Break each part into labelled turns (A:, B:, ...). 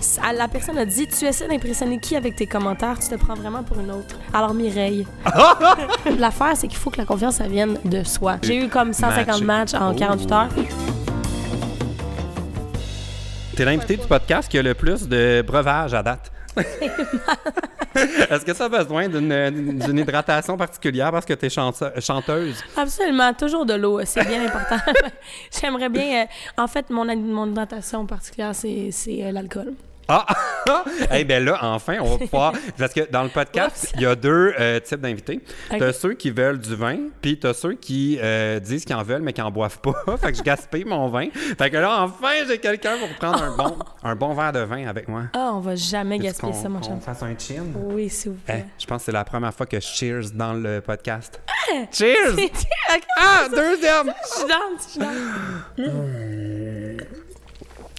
A: ça- la personne a dit Tu essaies d'impressionner qui avec tes commentaires Tu te prends vraiment pour une autre. Alors, Mireille. L'affaire, c'est qu'il faut que la confiance, ça vienne de soi. J'ai eu comme 150
B: Match.
A: matchs en
B: Oh.
A: 48 heures.
B: T'es l'invité du podcast qui a le plus de breuvage à date. Est-ce que ça a besoin d'une d'une hydratation particulière parce que t'es chante- chanteuse?
A: Absolument, toujours de l'eau, c'est bien important. J'aimerais bien. euh, en fait, mon, ad- mon alimentation particulière, c'est c'est, euh, l'alcool.
B: Ah! Eh bien là, enfin, on va pouvoir... Parce que dans le podcast,
A: Oups.
B: il y a deux euh, types d'invités.
A: Ok.
B: T'as ceux qui veulent du vin, puis t'as ceux qui euh, disent qu'ils en veulent, mais qui en boivent pas. fait que je gaspille mon vin. Fait que là, enfin, j'ai quelqu'un pour prendre un bon, un bon verre de vin avec moi.
A: Ah, on va jamais gaspiller
B: Qu'on-
A: ça, mon
B: qu'on
A: chum.
B: fasse un chin.
A: Oui, s'il vous
B: Eh,
A: plaît.
B: je pense que c'est la première fois que je cheers dans le podcast.
A: Ah!
B: cheers!
A: Ok,
B: Ah, deuxième!
A: je suis down, je suis down.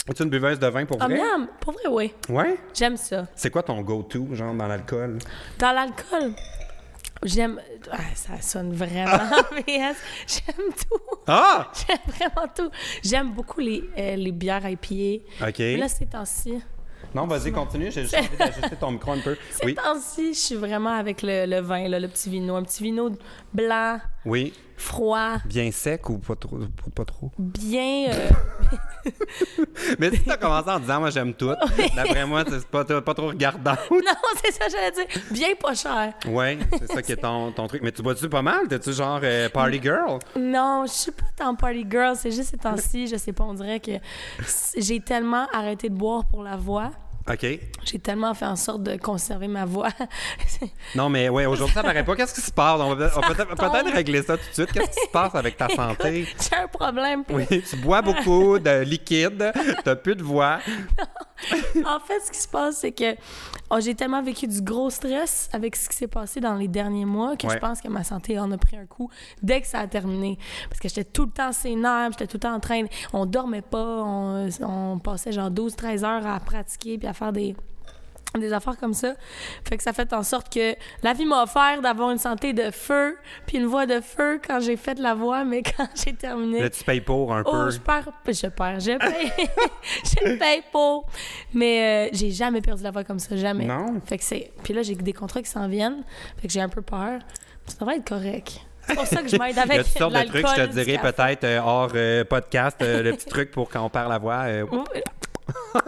B: Es-tu une buveuse de vin pour
A: Ah,
B: vrai?
A: miam, pour vrai, oui.
B: Ouais?
A: J'aime ça.
B: C'est quoi ton go-to, genre, dans l'alcool?
A: Dans l'alcool, j'aime. Ah, ça sonne vraiment VS. J'aime tout.
B: Ah!
A: J'aime vraiment tout. J'aime beaucoup les, euh, les bières à épier.
B: OK.
A: Là, ces temps-ci,
B: Non, vas-y, continue. J'ai juste envie d'ajuster ton micro un peu.
A: ces
B: Oui,
A: temps-ci, je suis vraiment avec le, le vin, là, le petit vino. Un petit vino blanc,
B: oui.
A: froid,
B: Bien sec ou pas trop? ou Pas trop?
A: bien. euh,
B: Mais si t'as commencé en disant « moi, j'aime tout », d'après moi, c'est pas, pas trop regardant.
A: non, c'est ça, j'allais dire. Bien pas cher.
B: Ouais, c'est ça qui est ton, ton truc. Mais tu bois-tu pas mal? T'es-tu genre euh,
A: Mm.
B: party girl?
A: Non, je suis pas tant party girl. C'est juste ces temps-ci, je sais pas, on dirait que c- j'ai tellement arrêté de boire pour la voix.
B: OK.
A: J'ai tellement fait en sorte de conserver ma voix.
B: Non, mais ouais, aujourd'hui, ça paraît pas. Qu'est-ce qui se passe? On va peut- on peut peut-être
A: retombe.
B: peut-être régler ça tout de suite. Qu'est-ce qui se passe avec ta santé?
A: J'ai un problème. puis-
B: Oui, tu bois beaucoup de liquide, t'as plus de voix.
A: En fait, ce qui se passe, c'est que oh, j'ai tellement vécu du gros stress avec ce qui s'est passé dans les derniers mois que
B: Ouais.
A: je pense que ma santé en a pris un coup dès que ça a terminé. Parce que j'étais tout le temps sénère, j'étais tout le temps en train... On dormait pas, on, on passait genre 12-13 heures à pratiquer puis à faire des des affaires comme ça. Fait que ça fait en sorte que la vie m'a offert d'avoir une santé de feu, puis une voix de feu quand j'ai fait la voix, mais quand j'ai terminé...
B: Là, tu payes pour un
A: Oh,
B: peu.
A: je perds, je perds, je paye, je paye pour. Mais euh, j'ai jamais perdu la voix comme ça, jamais.
B: Non.
A: Fait que c'est, puis là j'ai des contrats qui s'en viennent, fait que j'ai un peu peur. Ça devrait être correct. C'est pour ça que je m'aide
B: Il y a
A: avec
B: toutes sortes de
A: l'alcool.
B: trucs, je te
A: du
B: dirais
A: café.
B: peut-être euh, hors euh, podcast, euh, le petit truc pour quand on perd la voix. euh.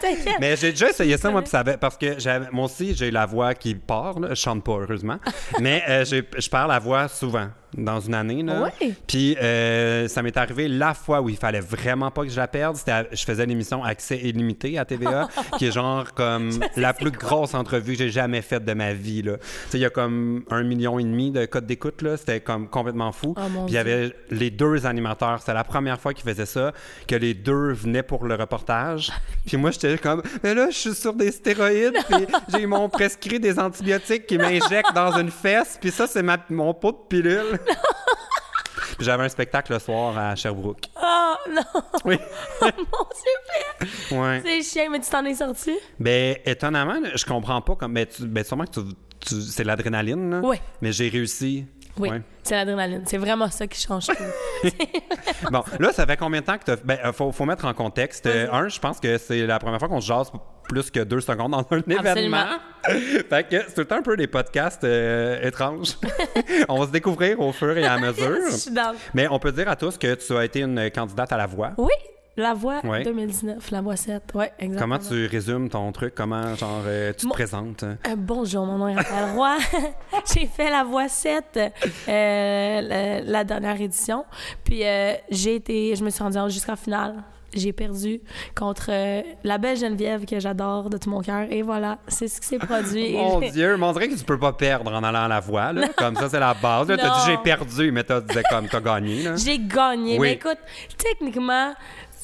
A: T'inquiète.
B: Mais j'ai déjà essayé ça, moi, puis ça avait- parce que j'avais- moi aussi, j'ai la voix qui part. là. Je chante pas, heureusement. Mais euh, j'ai- je perds la voix souvent, dans une année. Là.
A: Ouais.
B: Puis euh, ça m'est arrivé la fois où il fallait vraiment pas que je la perde. C'était à- je faisais l'émission Accès illimité à TVA, qui est genre comme la plus grosse entrevue que j'ai jamais faite de ma vie. là. Tu sais, Il y a comme un million et demi de codes d'écoute. là. C'était comme complètement fou.
A: Oh, mon
B: Puis
A: Dieu.
B: il y avait euh, les deux animateurs. C'était la première fois qu'ils faisaient ça, que les deux venaient pour le reportage. Puis moi, j'étais comme, mais là, je suis sur des stéroïdes, puis j'ai mon prescrit des antibiotiques qui m'injectent dans une fesse, puis ça, c'est ma, mon pot de pilule. Puis J'avais un spectacle le soir à Sherbrooke.
A: Oh non,
B: Oui.
A: mon Dieu, Pierre.
B: Ouais.
A: c'est chiant, mais tu t'en es sorti.
B: Ben, étonnamment, je comprends pas. Comme, ben, tu- ben, sûrement que tu- tu- c'est l'adrénaline, là.
A: Oui.
B: Mais j'ai réussi.
A: Oui,
B: Ouais.
A: c'est l'adrénaline. C'est vraiment ça qui change tout.
B: Bon, là, ça fait combien de temps que tu Ben, euh, faut, faut mettre en contexte. Euh, un, je pense que c'est la première fois qu'on se jase p- plus que deux secondes dans un événement. fait que c'est tout le temps un peu des podcasts euh, étranges. on va se découvrir au fur et à
A: Je
B: mesure.
A: suis dans.
B: Mais on peut dire à tous que tu as été une candidate à la voix.
A: Oui, la voix
B: Ouais.
A: 2019, la voix 7. Ouais, exactement.
B: Comment tu résumes ton truc? Comment, genre, euh, tu te présentes?
A: Euh, bonjour, mon nom est Raphaël Roy. j'ai fait la voix 7 euh, la, la dernière édition. Puis euh, j'ai été, je me suis rendue en- jusqu'en finale. J'ai perdu contre euh, la belle Geneviève que j'adore de tout mon cœur. Et voilà, c'est ce qui s'est produit.
B: Mon
A: Et j'ai-
B: Dieu, mais on dirait que tu peux pas perdre en allant à la voix. là. Comme ça, c'est la base. Là, t'as
A: Non.
B: dit j'ai perdu, mais t'as disais comme t'as gagné. Là.
A: J'ai gagné.
B: Oui.
A: Mais écoute, techniquement,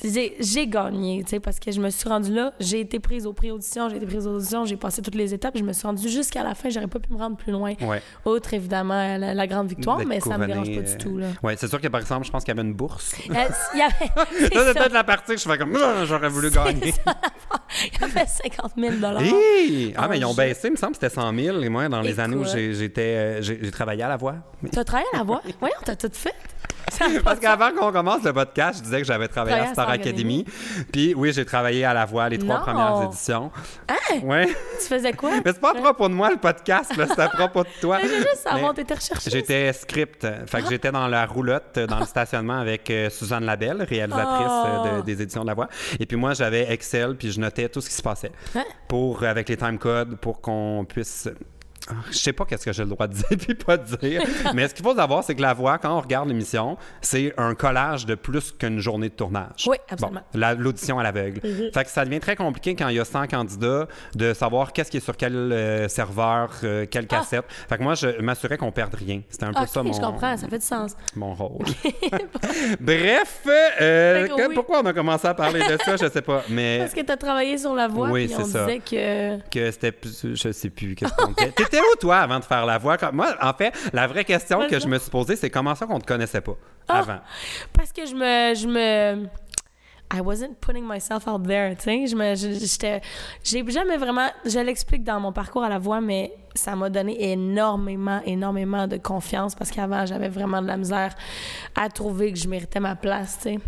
A: j'ai j'ai gagné, tu sais, parce que je me suis rendue là. J'ai été prise au prix audition, j'ai été prise aux auditions, j'ai passé toutes les étapes. Je me suis rendue jusqu'à la fin. J'aurais pas pu me rendre plus loin.
B: Ouais.
A: Autre, évidemment, la, la grande victoire, mais ça me dérange pas du tout, là.
B: Oui, euh, c'est sûr que par exemple, je pense qu'il y avait une bourse.
A: Euh, Il y avait, c'est
B: Ça, c'est
A: ça,
B: peut-être la partie que je fais comme Ah, j'aurais voulu gagner.
A: il y avait 50 000
B: Hi! Ah,
A: Oh,
B: mais ils ont
A: je-
B: baissé, il me semble que c'était 100 000. Et moi, dans les
A: Écoute.
B: années où j'ai- j'étais, euh, j'ai j'ai travaillé à la voix.
A: T'as travaillé à la voix? Voyons, t'as tout fait. Ça a pas
B: Parce
A: de sens.
B: qu'avant qu'on commence le podcast, je disais que j'avais travaillé à
A: Travaillé à
B: Star
A: Star
B: Academy. Puis oui, j'ai travaillé à La Voix les trois
A: Non.
B: premières éditions.
A: Hein?
B: Ouais.
A: Tu faisais quoi?
B: Mais c'est pas à propos de moi le podcast, là, c'est à propos de toi.
A: Mais je veux juste savoir,
B: Mais
A: t'étais recherché.
B: J'étais script, fait
A: Ah!
B: que j'étais dans la roulotte euh, dans le stationnement avec euh, Suzanne Labelle, réalisatrice
A: Oh.
B: euh, de- des éditions de La Voix. Et puis moi, j'avais Excel, puis je notais tout ce qui se passait
A: Hein?
B: pour euh, avec les time codes pour qu'on puisse Ah, je sais pas qu'est-ce que j'ai le droit de dire puis pas de dire, mais ce qu'il faut savoir, c'est que la voix, quand on regarde l'émission, c'est un collage de plus qu'une journée de tournage.
A: Oui, absolument. Mm-hmm.
B: Bon, la- L'audition à l'aveugle. Fait que ça devient très compliqué quand il y a 100 candidats de savoir qu'est-ce qui est sur quel euh, serveur, euh, quelle
A: Ah.
B: cassette. Fait que moi, je m'assurais qu'on perde rien. C'était un peu
A: Ok,
B: ça mon,
A: je comprends, ça fait du sens.
B: mon rôle. Bref, euh,
A: Fait que
B: que-
A: Ben oui.
B: pourquoi on a commencé à parler de ça, je sais pas, mais
A: Parce que t'as travaillé sur la voix,
B: Oui,
A: puis
B: c'est
A: on
B: ça.
A: disait que...
B: que c'était plus- je sais plus qu'est-ce qu'on était. T'étais où toi avant de faire la voix Quand- Moi, en fait, la vraie question
A: Moi,
B: que
A: je-
B: je me suis posée, c'est comment ça qu'on te connaissait pas
A: Ah!
B: avant
A: Parce que je me... Je me... I wasn't putting myself out there, tu sais. Je me... je- J'étais... J'ai jamais vraiment... Je l'explique dans mon parcours à la voix, mais ça m'a donné énormément, énormément de confiance parce qu'avant, j'avais vraiment de la misère à trouver que je méritais ma place, tu sais.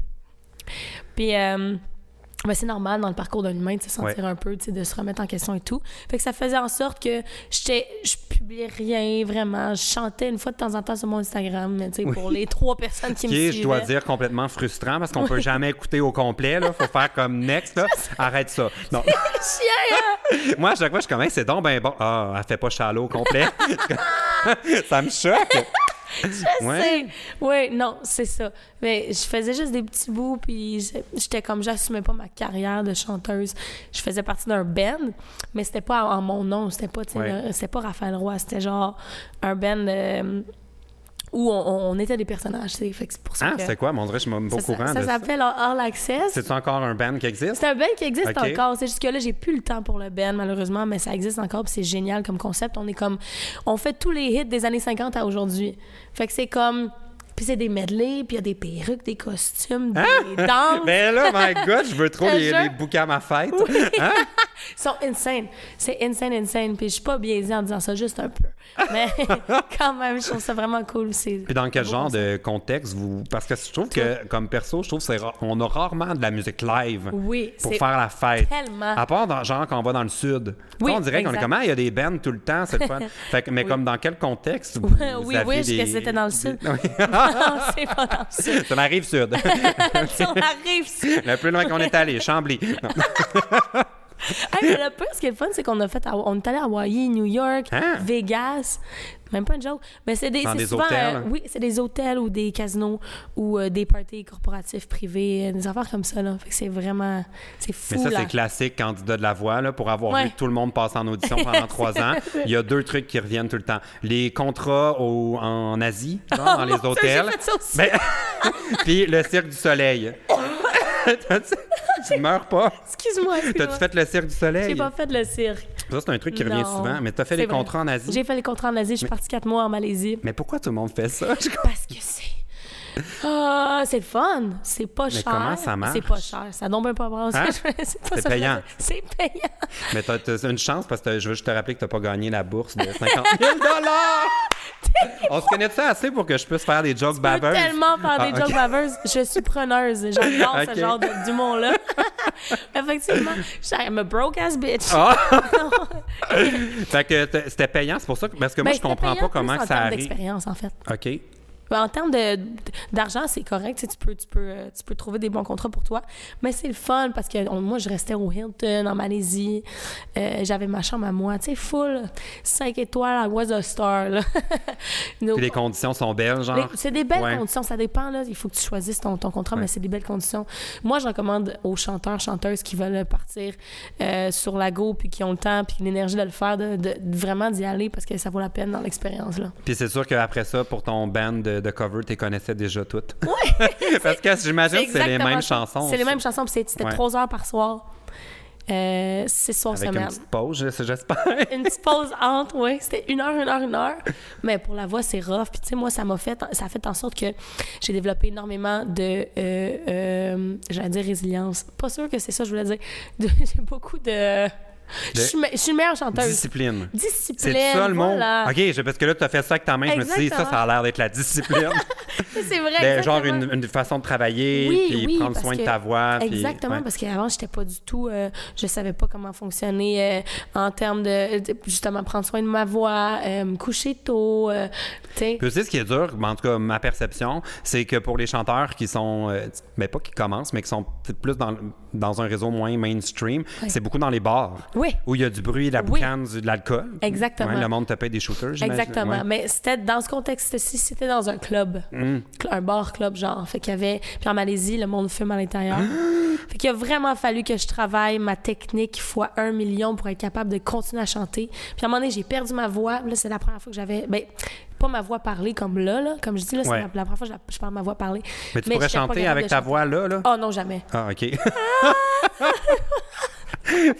A: Puis... euh, ben, c'est normal dans le parcours d'un humain de se sentir
B: Ouais.
A: un peu, tu sais, de se remettre en question et tout. Fait que ça faisait en sorte que j'étais, je publiais rien vraiment. Je chantais une fois de temps en temps sur mon Instagram, mais tu sais, pour les trois personnes qui, me
B: Qui est,
A: suivaient.
B: je dois dire, complètement frustrant parce qu'on peut jamais écouter au complet. Là, faut faire comme next. là. Arrête ça. Non.
A: Chien, hein?
B: Moi, à chaque fois, je suis comme, Hey, c'est donc ben bon. Ah, elle fait pas chalot au complet. ça me choque.
A: Je
B: Ouais.
A: sais. Ouais, non, c'est ça. Mais je faisais juste des petits bouts, puis j'- j'étais comme, j'assumais pas ma carrière de chanteuse. Je faisais partie d'un band, mais c'était pas en mon nom, c'était pas, tu sais,
B: Ouais.
A: le- c'était pas Raphaël Roy, c'était genre un band euh, où on, on- on était des personnages, tu sais. Fait que c'est pour ça
B: Ah,
A: que...
B: c'est quoi? Mon Dieu, je suis pas au
A: Ça,
B: courant
A: ça- ça
B: de ça.
A: s'appelle All Access.
B: C'est encore un band qui existe?
A: C'est un band qui existe
B: Ok.
A: encore. C'est juste que là, j'ai plus le temps pour le band, malheureusement, mais ça existe encore. puis C'est génial comme concept. On est comme. On fait tous les hits des années 50 à aujourd'hui. Fait que c'est comme. Puis c'est des medley, puis il y a des perruques, des costumes, des danses.
B: Mais là, my God, je veux trop
A: Je te
B: les,
A: jure.
B: les bouquins à ma fête.
A: Ils sont insane. C'est insane, insane. Puis je suis pas biaisée en disant ça juste un peu. Mais quand même, je trouve ça vraiment cool. C'est
B: Puis dans quel
A: beau
B: genre
A: concept.
B: de contexte vous... Parce que je trouve que, comme perso, je trouve qu'on a rarement de la musique live
A: Oui,
B: pour
A: c'est
B: faire la fête.
A: tellement.
B: À part, dans, genre, quand on va dans le sud.
A: Oui,
B: Ça, on dirait qu'on est
A: exact.
B: comme, Ah, il y a des bands tout le temps, c'est le fun. Fait que- mais comme dans quel contexte vous,
A: Ouais,
B: vous
A: oui,
B: aviez
A: oui, je
B: des...
A: que c'était dans le sud.
B: Oui.
A: non, c'est pas dans le sud.
B: Ça m'arrive sud.
A: on arrive sur-
B: le plus loin qu'on est allé, Chambly. Non.
A: Hey, mais le pire, ce qui est le fun, c'est qu'on a fait. à- On est allé à Hawaii, New York,
B: Hein?
A: Vegas. Même pas une joke. Mais c'est des,
B: Dans
A: c'est
B: des
A: souvent,
B: hôtels? hein?
A: euh, oui, c'est des hôtels ou des casinos ou euh, des parties corporatifs privés, euh, des affaires comme ça. Là. Fait que c'est vraiment. C'est fou.
B: Mais ça,
A: là.
B: c'est classique, candidat de la voix, là, pour avoir
A: Ouais.
B: vu tout le monde passer en audition pendant trois ans. Il y a deux trucs qui reviennent tout le temps. Les contrats au- en Asie, genre, dans les
A: mon Dieu,
B: hôtels.
A: j'ai fait ça aussi.
B: Ben, puis le cirque du soleil. T'as-tu- tu meurs pas.
A: Excuse-moi.
B: T'as-tu
A: excuse-moi.
B: fait le cirque du soleil?
A: J'ai pas fait le cirque.
B: Ça, c'est un truc qui revient
A: Non.
B: souvent. Mais t'as fait
A: C'est
B: les
A: vrai.
B: contrats en Asie.
A: J'ai fait les contrats en Asie. Je suis partie quatre mois en Malaisie.
B: Mais pourquoi tout le monde fait ça?
A: Parce que c'est. Ah, c'est le fun. C'est pas cher.
B: comment ça marche?
A: C'est pas cher. Ça tombe un peu à bras.
B: Hein?
A: C'est pas
B: C'est
A: ça que je
B: payant.
A: veux dire. C'est payant.
B: Mais t'as t'as une chance parce que t'as- je veux juste te rappeler que t'as pas gagné la bourse de 50 000 On se connaît ça assez pour que je puisse faire des jokes
A: Je
B: baveuses?
A: peux tellement faire
B: Ah,
A: des
B: ok.
A: jokes baveuses. Je suis preneuse. J'adore
B: Ok.
A: ce genre de- d'humour-là. Effectivement, je suis I'm a broke ass bitch.
B: Ah! fait que t'as- c'était payant, c'est pour ça que, parce que moi
A: Ben,
B: je comprends
A: c'était payant
B: pas comment
A: plus
B: que ça
A: En termes
B: arrive.
A: d'expérience, en fait.
B: OK.
A: Ben, en termes de- d'argent, c'est correct. Tu, sais, tu peux, tu, peux, euh, tu peux trouver des bons contrats pour toi. Mais c'est le fun parce que on- moi, je restais au Hilton, en Malaisie. Euh, J'avais ma chambre à moi. Tu sais, full 5 étoiles, I was a star. là. Nos-
B: Puis les conditions sont belles, genre.
A: Les- C'est des belles
B: Ah, Ouais.
A: conditions, ça dépend. Là. Il faut que tu choisisses ton, ton contrat,
B: Ouais.
A: mais c'est des belles conditions. Moi, je recommande aux chanteurs, chanteuses qui veulent partir euh, sur la go, puis qui ont le temps, puis l'énergie de le faire, de, de- de vraiment d'y aller parce que ça vaut la peine dans l'expérience. là.
B: Puis c'est sûr qu'après ça, pour ton band de, de cover, tu connaissais déjà toutes. parce que j'imagine que c'est les
A: exactement
B: mêmes
A: ça.
B: chansons.
A: C'est les mêmes chansons, puis c'est- c'était
B: Ouais.
A: trois heures par soir, euh, six soirs
B: Avec une
A: semaine.
B: petite pause, je- j'espère.
A: une petite pause entre, oui. C'était une heure, une heure, une heure. Mais pour la voix, c'est rough. Puis, tu sais, moi, ça m'a fait, ça a fait en sorte que j'ai développé énormément de, euh, euh, j'allais dire résilience. Pas sûr que c'est ça, que je voulais dire. De- J'ai beaucoup de. Je suis me- je suis une meilleure chanteuse.
B: Discipline.
A: Discipline.
B: C'est ça le mot.
A: voilà.
B: OK, je- parce que là, tu as fait ça avec ta main. Je me suis dit, ça,
A: Exactement.
B: ça a l'air d'être la discipline.
A: C'est vrai.
B: Ben,
A: exactement.
B: genre une, une façon de travailler,
A: Oui,
B: puis
A: oui,
B: prendre
A: parce
B: soin de
A: que-
B: ta voix. puis-
A: Exactement,
B: ouais.
A: parce qu'avant, j'étais pas du tout. euh, je savais pas comment fonctionner euh, en termes de, de- justement prendre soin de ma voix, euh, me coucher tôt. euh, tu sais.
B: Puis aussi, ce qui est dur, ben, en tout cas, ma perception, c'est que pour les chanteurs qui sont, euh, mais pas qui commencent, mais qui sont peut-être plus dans, dans un réseau moins mainstream,
A: Ouais.
B: c'est beaucoup dans les bars.
A: Oui.
B: Où il y a du bruit, de la
A: Oui.
B: boucane, du- de l'alcool.
A: Exactement.
B: Ouais, le monde te paye des shooters, j'imagine.
A: Exactement.
B: Ouais. Mm.
A: Mais c'était dans ce contexte-ci, c'était dans un club. Cl- Un bar-club, genre. Fait qu'il y avait. Puis en Malaisie, le monde fume à l'intérieur. fait qu'il a vraiment fallu que je travaille ma technique fois un million pour être capable de continuer à chanter. Puis à un moment donné, j'ai perdu ma voix. Là, c'est la première fois que j'avais. Ben, pas ma voix parlée comme là, là. Comme je dis, là, c'est
B: Ouais.
A: la, la première fois que je la- je parle ma voix parlée.
B: Mais tu pourrais
A: j'étais pas
B: chanter
A: capable
B: avec
A: de
B: ta
A: chanter.
B: voix là, là?
A: Oh non, jamais.
B: Ah, OK.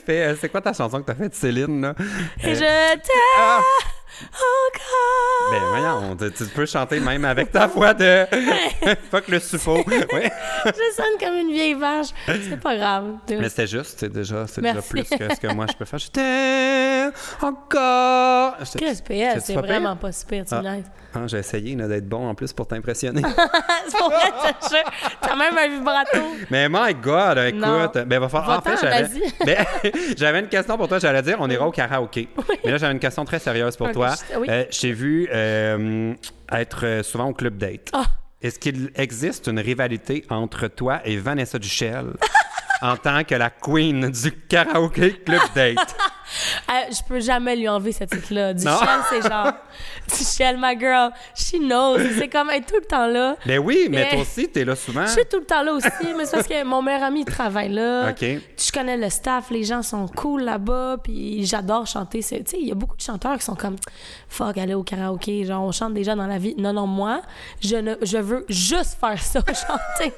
B: Fais, euh, c'est quoi ta chanson que t'as faite, Céline, là?
A: Et
B: Euh,
A: je t'aime
B: ah!
A: encore.
B: Ben voyons, tu, tu peux chanter même avec ta voix de... Fuck le suppôt. Ouais.
A: Je sonne comme une vieille vache. C'est pas grave.
B: Mais c'était juste, c'est déjà, c'est déjà
A: Merci.
B: plus que ce que moi je peux faire. Je t'aime encore. Je-
A: Qu'est-ce que c'est?
B: C'est
A: C'est
B: pas pire?
A: vraiment pas super, tu me
B: Ah.
A: niaises.
B: Ah, J'ai essayé là, d'être bon en plus pour t'impressionner.
A: C'est pour vrai, je te jure. T'as même un vibrato.
B: Mais my God, écoute,
A: Non.
B: ben va falloir. En
A: Va-t'en,
B: fait, j'avais,
A: vas-y.
B: Ben, j'avais une question pour toi. J'allais dire, on ira au karaoké. Mais là, j'avais une question très sérieuse pour
A: Ok,
B: toi.
A: je- oui.
B: Euh, je t'ai vu euh, être euh, souvent au club date.
A: Ah.
B: Est-ce qu'il existe une rivalité entre toi et Vanessa Duchel en tant que la queen du karaoké club date?
A: Euh, je peux jamais lui enlever cette titre-là. Duchel,
B: Non.
A: c'est genre. Duchel, my girl, she knows. C'est comme être tout le temps là.
B: ben oui, mais
A: Mais-
B: toi aussi, t'es là souvent.
A: Eh, Je suis tout le temps là aussi, mais c'est parce que mon meilleur ami il travaille là.
B: OK.
A: Je connais le staff, les gens sont cool là-bas, puis j'adore chanter. C'est- Tu sais, il y a beaucoup de chanteurs qui sont comme fuck aller au karaoké, genre on chante déjà dans la vie. Non non moi, je ne je veux juste faire ça chanter.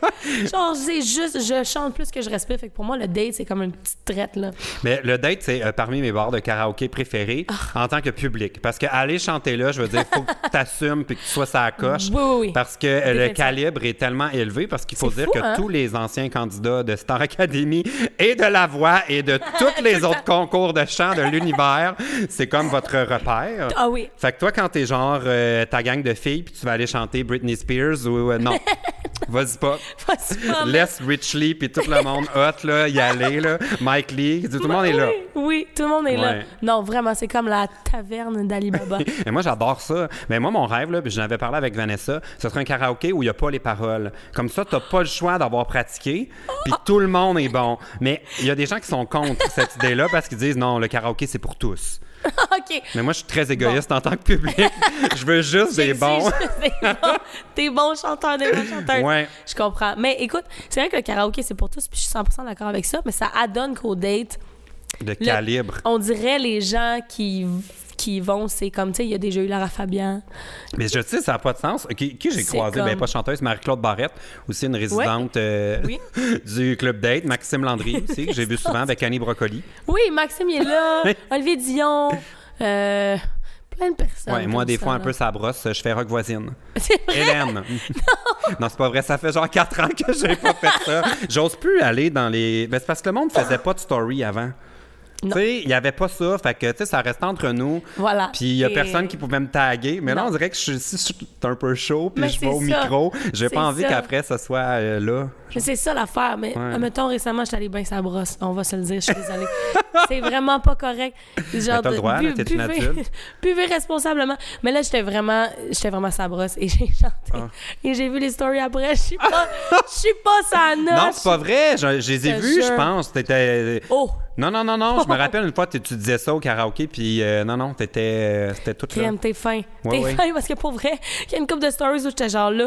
A: genre c'est juste je chante plus que je respire. Fait que pour moi le date c'est comme une petite traite là.
B: Mais le date, c'est euh, parmi mes bars de karaoké préférés en tant que public. Parce que aller chanter là, je veux dire, faut que t'assumes puis que tu sois sa coche.
A: Oui, oui, oui.
B: Parce que euh, le
A: Définitivement.
B: calibre est tellement élevé, parce qu'il faut
A: C'est
B: dire
A: fou,
B: que
A: hein?
B: tous les anciens candidats de Star Academy et de La Voix et de tous les autres concours de chant de l'univers, c'est comme votre repère.
A: Ah oui.
B: Fait que toi, quand t'es genre euh, ta gang de filles, puis tu vas aller chanter Britney Spears ou euh, non, vas-y pas.
A: Pas si mal.
B: Laisse Rich Lee puis tout le monde hot là, y aller là. Mike Lee, tout le monde est là.
A: Oui, oui, tout le monde est là.
B: Ouais.
A: Non, vraiment, c'est comme la taverne d'Ali Baba.
B: Mais moi, j'adore ça. Mais moi, mon rêve, là, puis j'en avais parlé avec Vanessa, ce serait un karaoké où il n'y a pas les paroles. Comme ça, tu pas le choix d'avoir pratiqué,
A: Oh!
B: puis tout le monde est bon. Mais il y a des gens qui sont contre cette idée-là parce qu'ils disent non, le karaoké, c'est pour tous.
A: OK.
B: Mais moi, je suis très égoïste en tant que public. je veux juste des bons.
A: Des bons, des bons chanteurs, des bons chanteurs.
B: Ouais.
A: Je comprends. Mais écoute, c'est vrai que le karaoké, c'est pour tous, puis je suis 100% d'accord avec ça, mais ça adonne qu'au date,
B: De
A: le-
B: calibre.
A: on dirait les gens qui qui y vont, c'est comme, tu sais, il y a déjà eu Lara Fabian.
B: Mais je sais, ça n'a pas de sens. Qui, qui j'ai
A: C'est
B: croisé? Ben,
A: comme-
B: pas chanteuse, Marie-Claude Barrette, aussi une résidente euh,
A: Oui.
B: du Club Date. Maxime Landry aussi, que j'ai vu souvent avec Annie Brocoli.
A: Oui, Maxime il est là, Olivier Dion, euh, plein de personnes.
B: Ouais, moi,
A: comme
B: des
A: Ah, ça,
B: fois, un
A: là.
B: peu ça brosse, je fais rock voisine.
A: C'est vrai.
B: Hélène. non, c'est pas vrai. Ça fait genre 4 ans que j'ai pas fait ça. J'ose plus aller dans les. Ben, c'est parce que le monde faisait pas de story avant. Tu
A: Non.
B: sais, il y avait pas ça. Fait que, tu sais, ça restait entre nous.
A: Voilà.
B: Puis il y a
A: Et-
B: personne qui pouvait me taguer. Mais là,
A: Non.
B: on dirait que je suis, si je suis un peu chaud, puis
A: Mais
B: je
A: c'est
B: vais au
A: ça.
B: micro. J'ai
A: C'est
B: pas envie
A: ça.
B: qu'après, ça soit euh, là.
A: Mais C'est ça l'affaire, mais
B: Ouais.
A: mettons récemment, j'étais allée bien sa brosse, on va se le dire, je suis désolée. c'est vraiment pas correct. Genre
B: Mais t'as le droit, là,
A: bu-
B: t'es une
A: buvez,
B: adulte.
A: buvez responsablement. Mais là, j'étais vraiment j'étais vraiment sa brosse et j'ai chanté
B: Ah.
A: et j'ai vu les stories après, je suis pas je suis pas sa note.
B: Non, c'est pas vrai. Je, je les ai
A: Je te
B: vus, je
A: jure.
B: pense. T'étais.
A: Oh,
B: Non, non, non, non. Je me rappelle une fois, tu tu disais ça au karaoké, puis euh, non, non, t'étais. euh, C'était tout là.
A: crème, t'es fin.
B: Ouais,
A: t'es
B: ouais.
A: fin parce que pour vrai, il y a une couple de stories où j'étais genre là.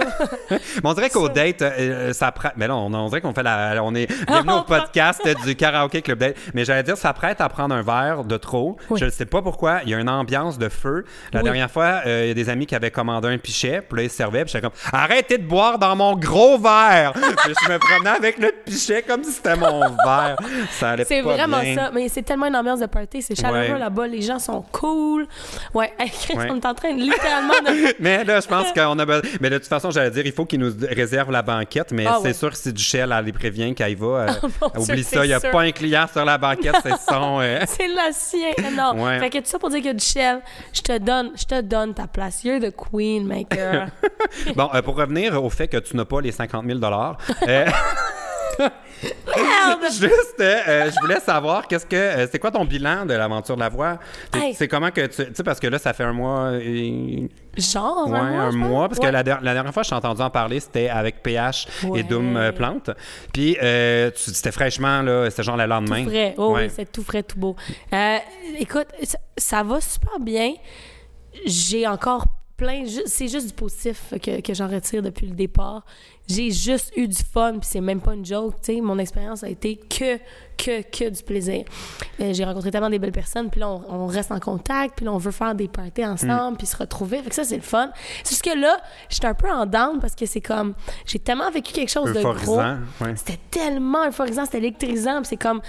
B: Mais on dirait qu'au date, euh, euh, ça prête. Mais là, on, on dirait qu'on fait la. On est bienvenue au
A: On prend-
B: podcast du karaoké club date. Mais j'allais dire, ça prête à prendre un verre de trop.
A: Oui.
B: Je ne sais pas pourquoi. Il y a une ambiance de feu. La
A: Oui.
B: dernière fois, euh, il y a des amis qui avaient commandé un pichet. Puis là, ils se servaient. Puis j'étais comme, arrêtez de boire dans mon gros verre. puis je me promenais avec le pichet comme si c'était mon verre. Ça allait
A: C'est
B: pas
A: vraiment
B: bien. Ouais.
A: ça. Mais c'est tellement une ambiance de party, c'est chaleureux
B: Ouais.
A: là-bas, les gens sont cool. Ouais, Hey, Chris,
B: Ouais.
A: on est en train de- littéralement de.
B: Mais là, je pense qu'on a besoin. Mais de toute façon, j'allais dire, il faut qu'ils nous réservent la banquette. Mais
A: Ah
B: c'est
A: ouais. Ah,
B: sûr que si Duchel, elle les prévient qu'elle y va, euh,
A: mon
B: oublie
A: Dieu,
B: ça,
A: c'est
B: il n'y a
A: sûr.
B: pas un client sur la banquette, c'est son. euh,
A: C'est la sienne. Non.
B: Ouais.
A: Fait que tout ça pour dire que Duchel, je te donne, je te donne ta place. You're the queen maker.
B: Bon, euh, pour revenir au fait que tu n'as pas les 50 000 euh,
A: Merde!
B: juste, euh, euh, je voulais savoir, qu'est-ce que, euh, c'est quoi ton bilan de l'aventure de la voix? C'est-
A: Hey.
B: C'est comment que tu, tu sais, parce que là, ça fait un mois, et-
A: Genre,
B: ouais,
A: un mois.
B: un
A: je pense.
B: mois, parce
A: Ouais.
B: que la, der- la dernière fois, je t'ai entendu en parler, c'était avec PH
A: Ouais.
B: et Doom euh, Plante. Puis, euh, tu- c'était fraîchement, là, c'était genre le lendemain.
A: Tout frais. Oh,
B: Ouais.
A: oui, c'est tout frais, tout beau. Euh, écoute, ça, ça va super bien. J'ai encore plein. ju- C'est juste du positif que, que j'en retire depuis le départ. J'ai juste eu du fun, puis c'est même pas une joke. tu sais. Mon expérience a été que, que, que du plaisir. Euh, J'ai rencontré tellement des belles personnes, puis là, on, on reste en contact, puis là, on veut faire des parties
B: Mm.
A: ensemble, puis se retrouver. Fait que ça, c'est le fun. C'est juste que là, j'étais un peu en down parce que c'est comme. J'ai tellement vécu quelque chose de gros.
B: Euphorisant. ouais.
A: C'était tellement euphorisant, c'était électrisant, puis c'est comme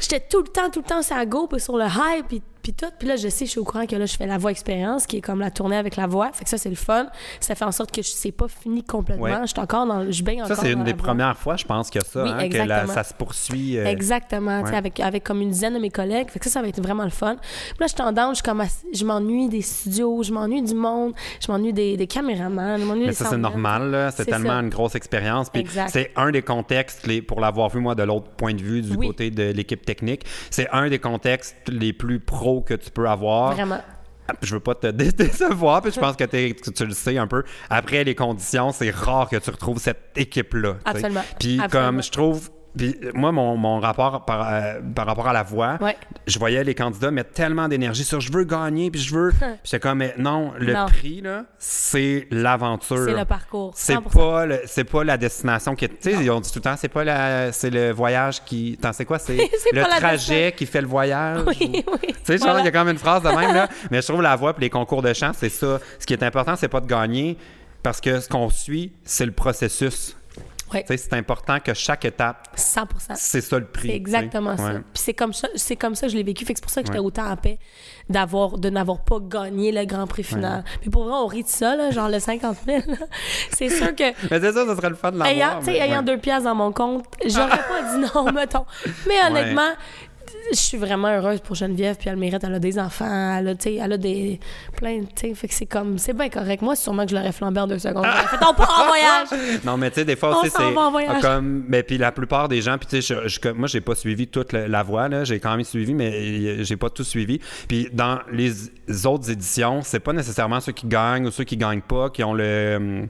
A: j'étais tout le temps tout le temps sur la go puis sur le hype puis puis tout, puis là je sais je suis au courant que là je fais la voix expérience qui est comme la tournée avec la voix, fait que ça c'est le fun. Ça fait en sorte que je sais pas fini complètement,
B: Ouais.
A: je suis encore dans le- je baigne
B: Ça,
A: encore
B: c'est
A: dans
B: une
A: la
B: des
A: voix.
B: premières fois, je pense, que ça,
A: Oui,
B: hein, que la-
A: exactement.
B: ça se poursuit. euh,
A: Exactement, tu sais,
B: ouais.
A: avec, avec comme une dizaine de mes collègues. Fait que ça, ça va être vraiment le fun. Puis là, je suis en down, je, suis comme assi- je m'ennuie des studios, je m'ennuie du monde, je m'ennuie des, des caméramans, je m'ennuie des
B: Mais ça, c'est
A: soundmen.
B: normal. là. C'est
A: C'est
B: tellement
A: ça.
B: une grosse expérience. Puis
A: Exact.
B: c'est un des contextes, les- pour l'avoir vu, moi, de l'autre point de vue, du
A: Oui.
B: côté de l'équipe technique, c'est un des contextes les plus pros que tu peux avoir.
A: Vraiment.
B: Ah, Je veux pas te dé- décevoir, puis je pense que, t'es- que tu le sais un peu. Après les conditions, c'est rare que tu retrouves cette équipe-là. tu sais.
A: Absolument.
B: Puis
A: Absolument.
B: comme je trouve... Puis moi, mon, mon rapport par, euh, par rapport à la voix,
A: Ouais.
B: je voyais les candidats mettre tellement d'énergie sur « je veux gagner », puis je veux... Puis j'étais comme « mais non, le
A: Non.
B: prix, là, c'est l'aventure.
A: C'est le parcours,
B: C'est
A: 100%.
B: pas, le- c'est pas la destination qui est... Tu sais, ils ont dit tout le temps, c'est pas la... C'est le voyage qui... Attends, c'est quoi? C'est
A: C'est
B: le
A: pas la
B: trajet qui fait le voyage.
A: Oui,
B: ou-
A: oui.
B: tu sais, genre,
A: Voilà.
B: il y a quand même une phrase de même, là. Mais je trouve la voix puis les concours de chant, c'est ça. Ce qui est important, c'est pas de gagner, parce que ce qu'on suit, c'est le processus.
A: Ouais,
B: Tu sais, c'est important que chaque étape,
A: 100
B: c'est ça le prix.
A: C'est exactement
B: tu sais.
A: ça.
B: Ouais.
A: Puis c'est comme ça, c'est comme ça que je l'ai vécu. Fait que c'est pour ça que j'étais
B: Ouais.
A: autant en paix d'avoir, de n'avoir pas gagné le Grand Prix final. Puis pour vrai, on rit de ça, là, genre le 50 000. là. c'est sûr que
B: Mais c'est ça, ça serait le fun de l'avoir.
A: ayant, tu sais,
B: mais-
A: ayant
B: ouais.
A: deux piastres dans mon compte, j'aurais pas dit non, mettons. Mais honnêtement, je suis vraiment heureuse pour Geneviève, puis elle mérite, elle a des enfants, elle a, tu sais, elle a des plein, de- tu sais, fait que c'est comme, c'est bien correct. Moi, sûrement que je l'aurais flambé en deux secondes. J'aurais fait, on part en voyage!
B: Non, mais tu sais, des fois
A: On
B: aussi,
A: s'en
B: c'est
A: va en voyage.
B: comme. Mais puis la plupart des gens, puis tu sais, je- je- moi, j'ai pas suivi toute la, la voie, là. J'ai quand même suivi, mais euh, j'ai pas tout suivi. Puis dans les autres éditions, c'est pas nécessairement ceux qui gagnent ou ceux qui gagnent pas, qui ont le. hum,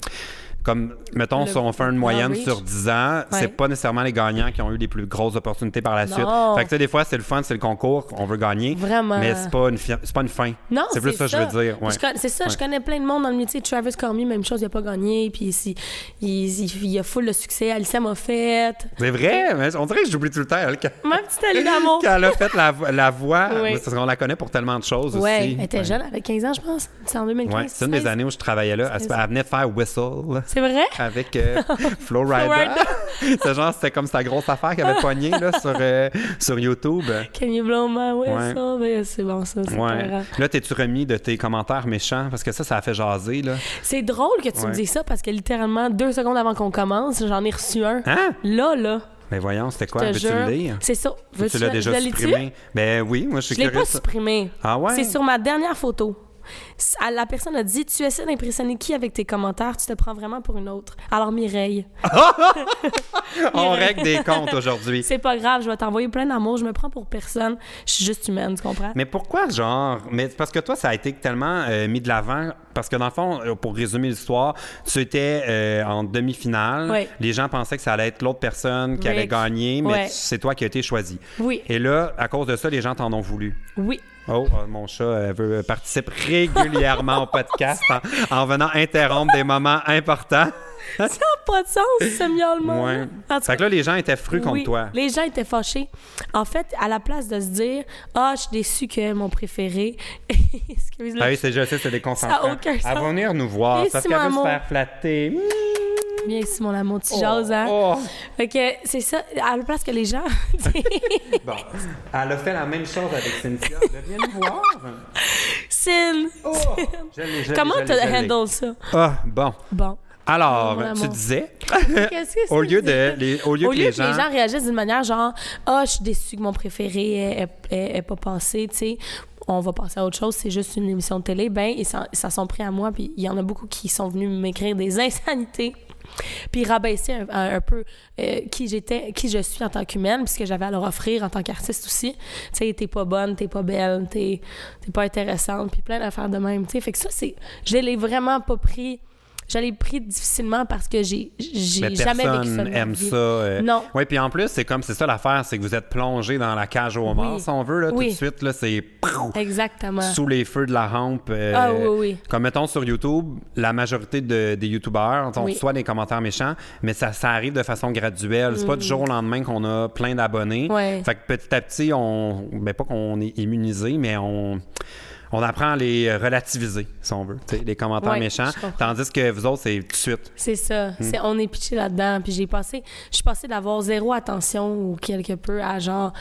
B: Comme, mettons,
A: Le-
B: si on fait une moyenne
A: reach.
B: sur 10 ans,
A: Ouais.
B: c'est pas nécessairement les gagnants qui ont eu les plus grosses opportunités par la
A: Non.
B: suite. Fait que, tu sais, des fois, c'est le fun, c'est le concours, on veut gagner.
A: Vraiment.
B: Mais c'est pas, une fi- c'est pas une fin.
A: Non,
B: c'est plus ça, que je veux dire.
A: Puis
B: ouais.
A: je con- C'est ça, je
B: Ouais.
A: connais plein de monde dans le métier. Travis Cormier, même chose, il a pas gagné. Puis si- il, il, il a full le succès. Alissa m'a fait.
B: C'est vrai, mais on dirait que j'oublie tout le temps. elle, quand-
A: Ma petite Ali d'amour.
B: Quand elle a fait la, vo- la voix,
A: Oui.
B: parce qu'on la connaît pour tellement de choses
A: Ouais,
B: aussi.
A: elle était jeune, elle avait 15 ans, je pense. C'est en 2015.
B: Ouais, c'est une des
A: 16.
B: années où je travaillais là. Elle, se- elle venait de faire Whistle
A: C'est vrai?
B: avec euh, Flo Rida. c'est genre, c'était comme sa grosse affaire qu'elle avait poignée là, sur, euh, sur YouTube.
A: Can you blow my
B: Ouais.
A: whistle? Ben, c'est bon, ça, c'est pas
B: Ouais.
A: grave.
B: Là, t'es-tu remis de tes commentaires méchants? Parce que ça, ça a fait jaser, là.
A: C'est drôle que tu
B: Ouais.
A: me dises ça parce que littéralement, deux secondes avant qu'on commence, j'en ai reçu un.
B: Hein?
A: Là, là,
B: Mais voyons, c'était quoi?
A: je te
B: Veux-tu le
A: jure.
B: lire?
A: C'est ça. Veux-tu
B: Tu l'as
A: le-
B: déjà
A: je l'ai-tu?
B: supprimé? Ben oui, moi, je suis
A: Je l'ai pas
B: curieuse.
A: supprimé.
B: Ah ouais?
A: C'est sur ma dernière photo. S- à- La personne a dit Tu essaies d'impressionner qui avec tes commentaires Tu te prends vraiment pour une autre. Alors Mireille,
B: On règle des comptes aujourd'hui.
A: c'est pas grave, je vais t'envoyer plein d'amour, je me prends pour personne. Je suis juste humaine, tu comprends
B: Mais pourquoi, genre? Mais c'est parce que toi, ça a été tellement euh, mis de l'avant. Parce que dans le fond, euh, pour résumer l'histoire, tu étais euh, en demi-finale.
A: Oui.
B: Les gens pensaient que ça allait être l'autre personne qui
A: Rick.
B: allait gagner, mais
A: Ouais.
B: tu- c'est toi qui as été choisi.
A: Oui,
B: Et là, à cause de ça, les gens t'en ont voulu.
A: oui.
B: Oh, euh, mon chat euh, veut, euh, participe régulièrement au podcast en, en venant interrompre des moments importants.
A: Ça n'a pas de sens, ce miaulement.
B: Ouais. Fait que là, les gens étaient frus contre toi.
A: Les gens étaient fâchés. En fait, à la place de se dire Ah, je suis déçue que mon préféré. Excuse-le.
B: Ah oui, c'est je sais, c'est des
A: Ça a aucun
B: Elle va
A: sens.
B: venir nous voir,
A: Et
B: sauf
A: si,
B: qu'elle veut se
A: maman?
B: faire flatter.
A: viens ici, mon amour, tu jases, hein?
B: Oh,
A: Fait que c'est ça, à la place que les gens.
B: oh. Bon, elle a fait la même chose avec Cynthia. Elle vient nous voir.
A: Sin!
B: Oh, je l'ai, je l'ai,
A: Comment
B: je
A: tu
B: l'ai, je l'ai.
A: handles ça?
B: Ah, bon.
A: Bon.
B: Alors,
A: Mon amour.
B: tu disais,
A: Qu'est-ce que
B: au
A: c'est
B: lieu,
A: que
B: de,
A: ça?
B: les, au lieu
A: Au
B: que
A: lieu
B: les
A: que les
B: gens...
A: gens réagissent d'une manière genre Ah, je suis déçue que mon préféré n'est pas passé, tu sais, on va passer à autre chose, c'est juste une émission de télé, ben, ils s'en s'en sont pris à moi, puis il y en a beaucoup qui sont venus m'écrire des insanités, puis rabaisser un, un- un peu euh, qui j'étais, qui je suis en tant qu'humaine, puis ce que j'avais à leur offrir en tant qu'artiste aussi. Tu sais, t'es pas bonne, t'es pas belle, t'es t'es pas intéressante, puis plein d'affaires de même, tu sais. Fait que ça, c'est. Je l'ai vraiment pas pris. Je l'ai pris difficilement parce que j'ai j'ai
B: Mais
A: jamais vécu ça. de
B: personne
A: ma
B: aime
A: vie.
B: ça. euh.
A: Non.
B: Oui, puis en plus, c'est comme, c'est ça l'affaire, c'est que vous êtes plongé dans la cage aux morts, si on veut, là, tout
A: Oui.
B: de suite, là, c'est... prou,
A: Exactement.
B: Sous les feux de la rampe. euh,
A: Ah, oui, oui.
B: Comme mettons sur YouTube, la majorité de- des YouTubeurs, on
A: Oui.
B: reçoit des commentaires méchants, mais ça, ça arrive de façon graduelle. C'est pas du jour au lendemain qu'on a plein d'abonnés.
A: Mm. Ouais.
B: Fait que petit à petit, on. Ben pas qu'on est immunisé, mais on. On apprend à les relativiser, si on veut, tu sais, les commentaires
A: Ouais,
B: méchants.
A: je comprends.
B: Tandis que vous autres, c'est tout de suite.
A: C'est ça.
B: Hmm.
A: C'est- on est pitché là-dedans. Puis j'ai passé, je suis passée d'avoir zéro attention ou quelque peu à genre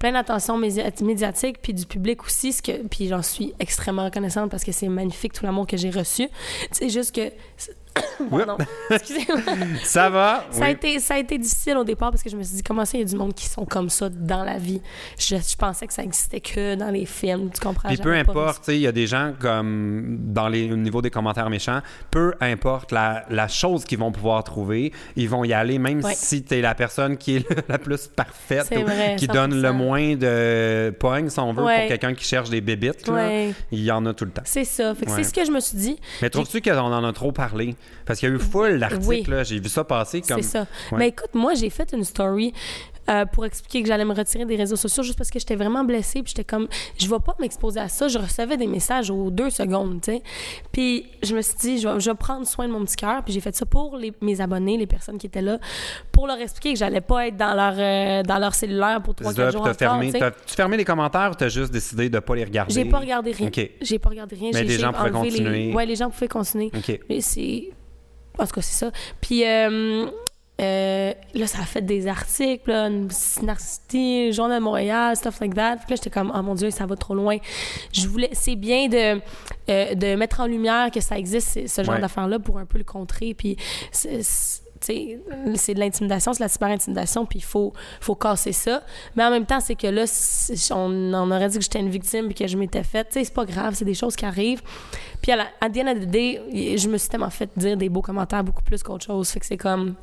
A: plein d'attention média- médiatique, puis du public aussi. Ce que, puis j'en suis extrêmement reconnaissante parce que c'est magnifique tout l'amour que j'ai reçu. C'est juste que. Pardon. Excusez-moi.
B: Ça va?
A: Ça, a été, ça a été difficile au départ parce que je me suis dit, comment ça, il y a du monde qui sont comme ça dans la vie? Je, je pensais que ça existait que dans les films, tu comprends?
B: Puis peu
A: Ah, J'avais pas
B: importe, tu sais, il y a des gens comme dans les, au niveau des commentaires méchants, peu importe la, la chose qu'ils vont pouvoir trouver, ils vont y aller, même
A: Ouais.
B: si tu es la personne qui est le- la plus parfaite,
A: C'est vrai,
B: qui donne le
A: 100%.
B: moins de pogne, si on veut,
A: Ouais.
B: pour quelqu'un qui cherche des bébites. là.
A: Ouais.
B: Il y en a tout le temps.
A: C'est ça. Fait que
B: Ouais.
A: C'est ce que je me suis dit.
B: Mais trouves-tu qu'on en a trop parlé? Parce qu'il y a eu full d'articles,
A: Mm, Oui.
B: là, j'ai vu ça passer comme...
A: C'est ça.
B: Ouais.
A: Mais écoute, moi, j'ai fait une story euh, pour expliquer que j'allais me retirer des réseaux sociaux juste parce que j'étais vraiment blessée. Puis j'étais comme, je vais pas m'exposer à ça. Je recevais des messages aux deux secondes, tu sais. Puis je me suis dit, je vais, je vais prendre soin de mon petit cœur. Puis j'ai fait ça pour les- mes abonnés, les personnes qui étaient là, pour leur expliquer que j'allais pas être dans leur, euh, dans leur cellulaire pour
B: C'est
A: trois,
B: ça,
A: quatre
B: puis
A: jours
B: t'as
A: encore,
B: fermé,
A: tu sais.
B: t'as- tu fermé les commentaires ou t'as juste décidé de pas les regarder?
A: J'ai pas regardé rien.
B: OK.
A: J'ai pas regardé rien.
B: Mais
A: J'ai-
B: les
A: j'ai
B: gens pouvaient
A: enlevé les-
B: continuer.
A: Ouais, les gens pouvaient continuer.
B: OK.
A: Mais c'est. En tout cas, c'est ça. Puis euh, euh, là, ça a fait des articles, là, une Narcity, Journal de Montréal, stuff like that. Puis là, j'étais comme, oh mon Dieu, ça va trop loin. Je voulais. C'est bien de, euh, de mettre en lumière que ça existe, ce- ce genre
B: Ouais.
A: d'affaires-là, pour un peu le contrer. Puis. c'est- c'est- tu sais, c'est de l'intimidation, c'est de la cyber-intimidation, puis il faut, faut casser ça. Mais en même temps, c'est que là, c'est- on, on aurait dit que j'étais une victime puis que je m'étais faite. Tu sais, c'est pas grave, c'est des choses qui arrivent. Puis à, la, à the end of the day, je me suis tellement fait dire des beaux commentaires beaucoup plus qu'autre chose. Fait que c'est comme.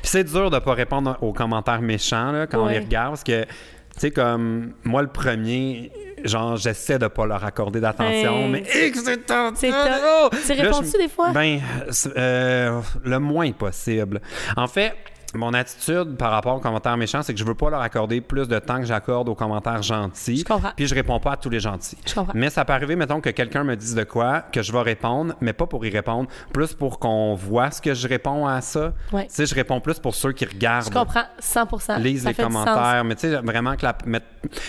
B: Puis c'est dur de pas répondre aux commentaires méchants là, quand on
A: Ouais.
B: les regarde parce que, tu sais, comme moi le premier, genre, j'essaie de pas leur accorder d'attention,
A: Hey.
B: mais hic, c'est top!
A: C'est top. Tu réponds-tu des fois?
B: Ben, c'est- euh, le moins possible. En fait, mon attitude par rapport aux commentaires méchants, c'est que je veux pas leur accorder plus de temps que j'accorde aux commentaires gentils.
A: Je comprends.
B: Puis je réponds pas à tous les gentils.
A: Je comprends.
B: Mais ça peut arriver, mettons, que quelqu'un me dise de quoi, que je vais répondre, mais pas pour y répondre, plus pour qu'on voit ce que je réponds à ça.
A: Ouais.
B: Tu sais, je réponds plus pour ceux qui regardent.
A: Je comprends 100
B: ben, Lise
A: ça
B: les
A: fait du sens.
B: commentaires, mais tu sais, vraiment que la. mettre-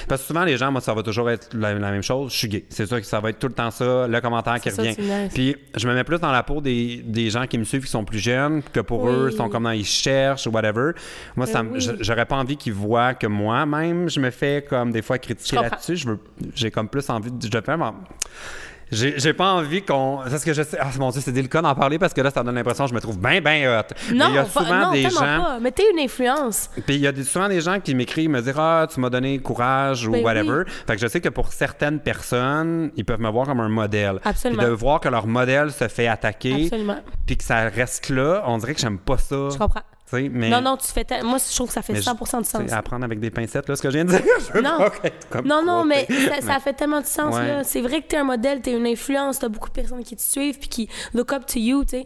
B: Parce que souvent, les gens, moi, ça va toujours être la, la même chose. Je suis gay. C'est sûr que ça va être tout le temps ça, le commentaire qui
A: C'est ça,
B: revient.
A: tu me laisses.
B: Puis, je me mets plus dans la peau des, des gens qui me suivent, qui sont plus jeunes, que pour
A: Oui. Ben
B: eux, ils sont comme dans, ils cherchent, whatever. Moi, ça, me-
A: oui.
B: je- j'aurais pas envie qu'ils voient que moi-même, je me fais comme des fois
A: Je
B: critiquer
A: comprends.
B: là-dessus. Je veux- J'ai comme plus envie de. Je fais m'en- j'ai j'ai pas envie qu'on. Parce que je sais. Ah, mon Dieu, c'est délicat d'en parler parce que là, ça donne l'impression que je me trouve bien, bien hot. Mais
A: Non,
B: il y a
A: pas-
B: souvent
A: non,
B: des
A: tellement
B: gens.
A: pas. Mais t'es une influence.
B: Puis il y a des- souvent des gens qui m'écrivent, me disent Ah, tu m'as donné courage ou
A: Ben
B: whatever. Fait que je sais que pour certaines personnes, ils peuvent me voir comme un modèle.
A: Absolument.
B: Puis de voir que leur modèle se fait attaquer,
A: Absolument.
B: puis que ça reste là, on dirait que j'aime pas ça.
A: Je comprends.
B: Tu sais, mais,
A: Non, non, tu fais. tel- Moi, je trouve que ça fait
B: mais je-
A: 100 de sens.
B: tu sais, Apprendre avec des pincettes, là, ce que je viens de dire. Je veux
A: Non.
B: pas être comme
A: Non, non,
B: toi,
A: mais
B: tu sais.
A: ça, ça fait tellement de sens.
B: Ouais.
A: là. C'est vrai que t'es un modèle, t'es une influence, t'as beaucoup de personnes qui te suivent puis qui look up to you, tu sais.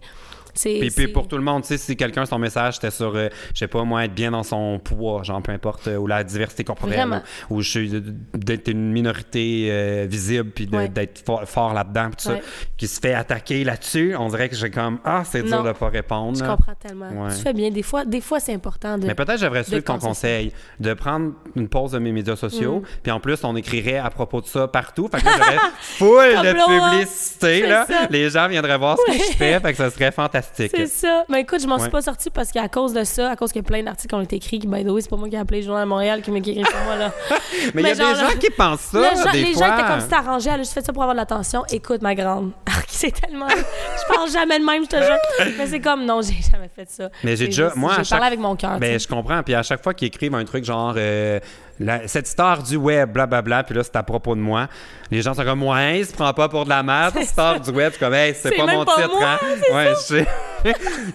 A: C'est-
B: Puis, puis
A: c'est-
B: pour tout le monde, tu sais, si quelqu'un, son message, c'était sur, euh, je sais pas, moi, être bien dans son poids, genre, peu importe, euh, ou la diversité corporelle,
A: Vraiment.
B: ou, ou je suis de- d'être une minorité euh, visible, puis de-
A: Ouais.
B: d'être fo- fort, là-dedans, puis tout
A: Ouais.
B: ça, qui se fait attaquer là-dessus, on dirait que j'ai comme, ah, c'est dur
A: Non.
B: de pas répondre.
A: Je
B: là.
A: comprends tellement.
B: Ouais.
A: Tu fais bien. Des fois, des fois c'est important de.
B: Mais peut-être j'aimerais suivre ton
A: conseil.
B: conseil de prendre une pause de mes médias
A: Mm.
B: sociaux, puis en plus on écrirait à propos de ça partout, fait que là, j'aurais full
A: Comme
B: de
A: Laura.
B: publicité
A: C'est
B: là.
A: ça.
B: Les gens viendraient voir ce que je fais, fait que ça serait fantastique. fantastique.
A: C'est ça. Mais écoute, je m'en
B: Ouais.
A: suis pas sortie parce qu'à cause de ça, à cause qu'il y a plein d'articles qui ont été écrits, qui, by the way, c'est pas moi qui ai appelé le Journal de Montréal qui m'a écrit pour moi, là.
B: Mais il y a
A: Mais genre,
B: des gens
A: là-
B: qui pensent ça,
A: Le gens-
B: des
A: les
B: fois.
A: gens étaient comme si t'arrangeais, elle a juste fait ça pour avoir de l'attention. Écoute, ma grande. c'est tellement. je parle jamais de même, je te jure. Mais c'est comme, non, j'ai jamais fait ça.
B: Mais j'ai
A: C'est
B: déjà-
A: juste-
B: moi, à
A: J'ai
B: chaque-
A: parlé avec mon cœur.
B: Mais
A: Ah, tu sais.
B: Ben, je comprends. Puis à chaque fois qu'ils écrivent un truc genre euh, la- cette star du web, blablabla, puis là, c'est à propos de moi, les gens sont comme Ouais, il se prend pas pour de la merde, star du web. Je suis comme Hey, c'est
A: C'est
B: pas
A: même
B: mon
A: pas
B: titre.
A: moi,
B: hein.
A: c'est
B: Ouais, je sais.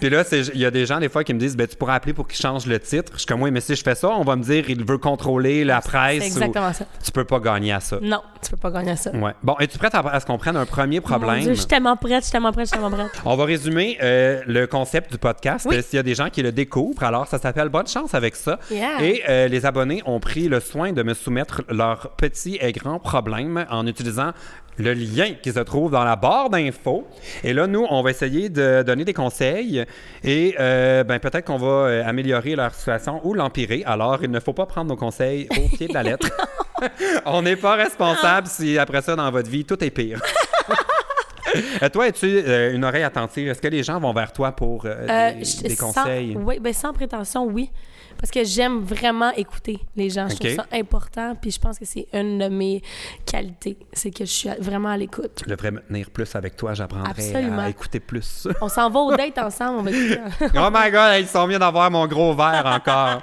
B: puis là, c'est- il y a des gens, des fois, qui me disent ben, Tu pourras appeler pour qu'ils changent le titre. Je suis comme Oui, mais si je fais ça, on va me dire Il veut contrôler la presse.
A: C'est
B: ou-
A: exactement ça.
B: Tu peux pas gagner à ça.
A: Non, tu peux pas gagner ça.
B: Ouais. Bon, es-tu prête à, à ce qu'on prenne un premier
A: Mon
B: problème?
A: Dieu, je suis tellement prête, je suis tellement prête, je suis tellement prête.
B: On va résumer euh, le concept du podcast.
A: Oui.
B: Euh, S'il y a des gens qui le découvrent, alors ça s'appelle Bonne chance avec ça.
A: Yeah.
B: Et euh, les abonnés ont pris le soin de me soumettre leurs petits et grands problèmes en utilisant le lien qui se trouve dans la barre d'infos. Et là, nous, on va essayer de donner des conseils et euh, ben, peut-être qu'on va euh, améliorer leur situation ou l'empirer. Alors, il ne faut pas prendre nos conseils au pied de la lettre. on n'est pas responsable si après ça, dans votre vie, tout est pire. Euh, toi, es-tu euh, une oreille attentive? Est-ce que les gens vont vers toi pour euh,
A: Euh,
B: des,
A: je-
B: des
A: sans-
B: conseils?
A: oui, ben sans prétention, oui. Parce que j'aime vraiment écouter les gens. Je
B: Ok.
A: trouve ça important. Puis je pense que c'est une de mes qualités. C'est que je suis à- vraiment à l'écoute.
B: Je devrais me tenir plus avec toi, j'apprendrai
A: Absolument.
B: à écouter plus.
A: On s'en va au date ensemble. On va écouter.
B: oh my god, ils sont bien d'avoir mon gros verre encore.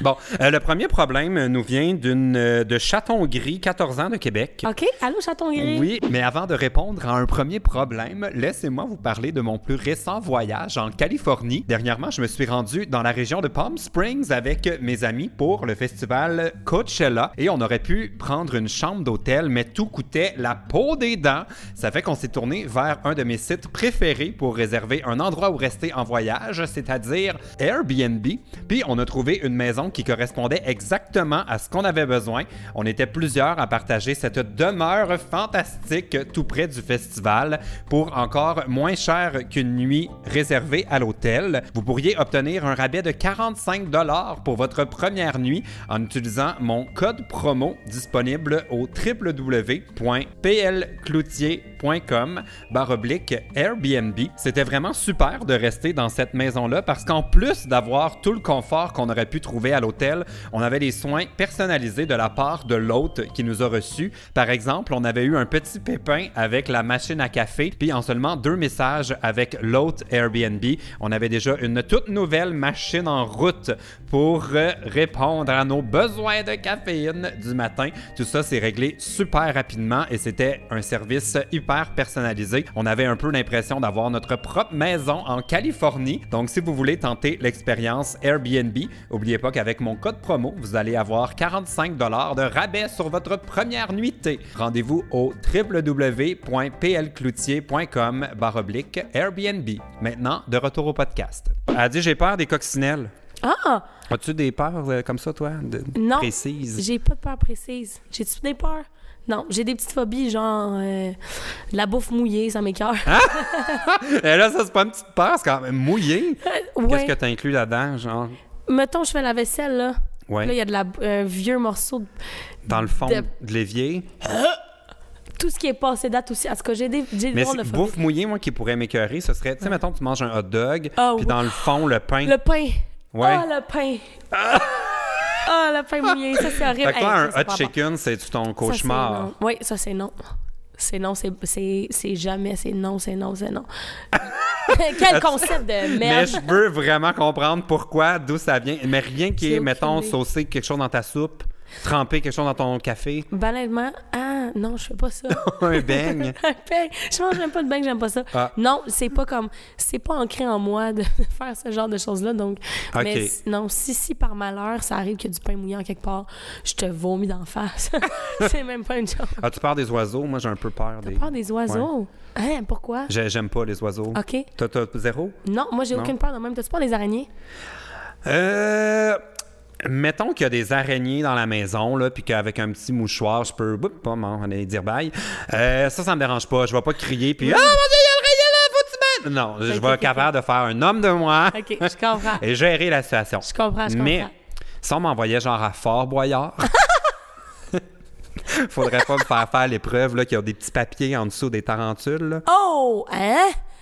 B: Bon, euh, le premier problème nous vient d'une euh, de Chaton Gris, 14 ans de Québec.
A: OK? Allô, chaton gris?
B: Oui, mais avant de répondre à un premier problème, laissez-moi vous parler de mon plus récent voyage en Californie. Dernièrement, je me suis rendu dans la région de Palm Springs avec mes amis pour le festival Coachella et on aurait pu prendre une chambre d'hôtel, mais tout coûtait la peau des dents. Ça fait qu'on s'est tourné vers un de mes sites préférés pour réserver un endroit où rester en voyage, c'est-à-dire Airbnb. Puis on a trouvé une maison qui correspondait exactement à ce qu'on avait besoin. On était plusieurs à partager cette demeure fantastique tout près du festival pour encore moins cher qu'une nuit réservée à l'hôtel. Vous pourriez obtenir un rabais de 45 dollars pour votre première nuit en utilisant mon code promo disponible au www.plcloutier.com baroblique Airbnb. C'était vraiment super de rester dans cette maison-là parce qu'en plus d'avoir tout le confort qu'on aurait pu trouver à l'hôtel, on avait des soins personnalisés de la part de l'hôte qui nous a reçus. Par exemple, on avait eu un petit pépin avec la machine à café, puis en seulement deux messages avec l'hôte Airbnb, on avait déjà une toute nouvelle machine en route pour euh, répondre à nos besoins de caféine du matin. Tout ça s'est réglé super rapidement et c'était un service hyper personnalisé. On avait un peu l'impression d'avoir notre propre maison en Californie. Donc si vous voulez tenter l'expérience Airbnb, n'oubliez pas qu'avec mon code promo, vous allez avoir 45 dollars de rabais sur votre première nuitée. Rendez-vous au www.plcloutier.com baroblique Airbnb. Maintenant, de retour au podcast. A dit j'ai peur des coccinelles.
A: Ah!
B: As-tu des peurs euh, comme ça, toi, de-
A: Non.
B: précises?
A: J'ai pas de peur précise. J'ai-tu des peurs? Non, j'ai des petites phobies, genre euh, de la bouffe mouillée, ça m'écœure.
B: Hein? Et Eh là, ça, c'est pas une petite peur, c'est quand même mouillé.
A: ouais.
B: Qu'est-ce que t'as inclus là-dedans, genre?
A: Mettons, je fais la vaisselle, là.
B: Ouais.
A: Là, il y a de la, un vieux morceau de
B: Dans le fond de,
A: De-
B: l'évier.
A: tout ce qui est passé date aussi. En tout cas, j'ai des, j'ai des
B: Mais
A: drôles de
B: c'est-
A: phobies.
B: bouffe mouillée, moi, qui pourrait m'écœurer, ce serait, tu sais, mettons, tu manges un hot dog,
A: Ah,
B: puis
A: ouais.
B: dans le fond, le pain.
A: Le pain.
B: Ouais.
A: Ah, le pain. Ah, le pain mouillé. Ça, c'est horrible.
B: Fait que toi,
A: Hey, ça,
B: un
A: c'est pas
B: hot
A: bon.
B: chicken, c'est ton cauchemar.
A: Oui, ça, c'est non. C'est non, c'est- c'est c'est jamais, c'est non, c'est non, c'est non. Quel concept de
B: Mais
A: merde!
B: je veux vraiment comprendre pourquoi, d'où ça vient. Mais rien qui
A: J'ai
B: est,
A: aucune
B: mettons,
A: idée.
B: saucer quelque chose dans ta soupe, tremper quelque chose dans ton café,
A: Ben, honnêtement, ah, non, je fais pas ça.
B: un beigne.
A: Un beigne. Je mange même pas de beigne, j'aime pas ça.
B: Ah.
A: Non, c'est pas comme. C'est pas ancré en moi de faire ce genre de choses-là. Donc,
B: Ok.
A: mais si- non, si, si par malheur, ça arrive qu'il y a du pain mouillant quelque part, je te vomis d'en face. c'est même pas une chose.
B: As-tu peur des oiseaux? Moi, j'ai un peu peur des.
A: Peur des oiseaux. Hein, pourquoi?
B: J'ai- J'aime pas les oiseaux.
A: OK.
B: T'as- T'as zéro?
A: Non, moi, j'ai
B: Non.
A: aucune peur de même. T'as-tu peur des araignées?
B: Euh, mettons qu'il y a des araignées dans la maison, là, puis qu'avec un petit mouchoir, je peux boum, pas m'en aller dire bye. Euh, ça, ça me dérange pas. Je vais pas crier, puis « Ah, mon Dieu, il y a une araignée là! Faut que tu m'aides! » Non, je vais être capable de faire un homme de moi
A: OK, je comprends.
B: et gérer la situation.
A: Je comprends, je
B: Mais
A: comprends.
B: si on m'envoyait genre à Fort Boyard... Faudrait pas me faire faire l'épreuve là, qu'il y a des petits papiers en dessous des tarentules. là.
A: Oh! Hein?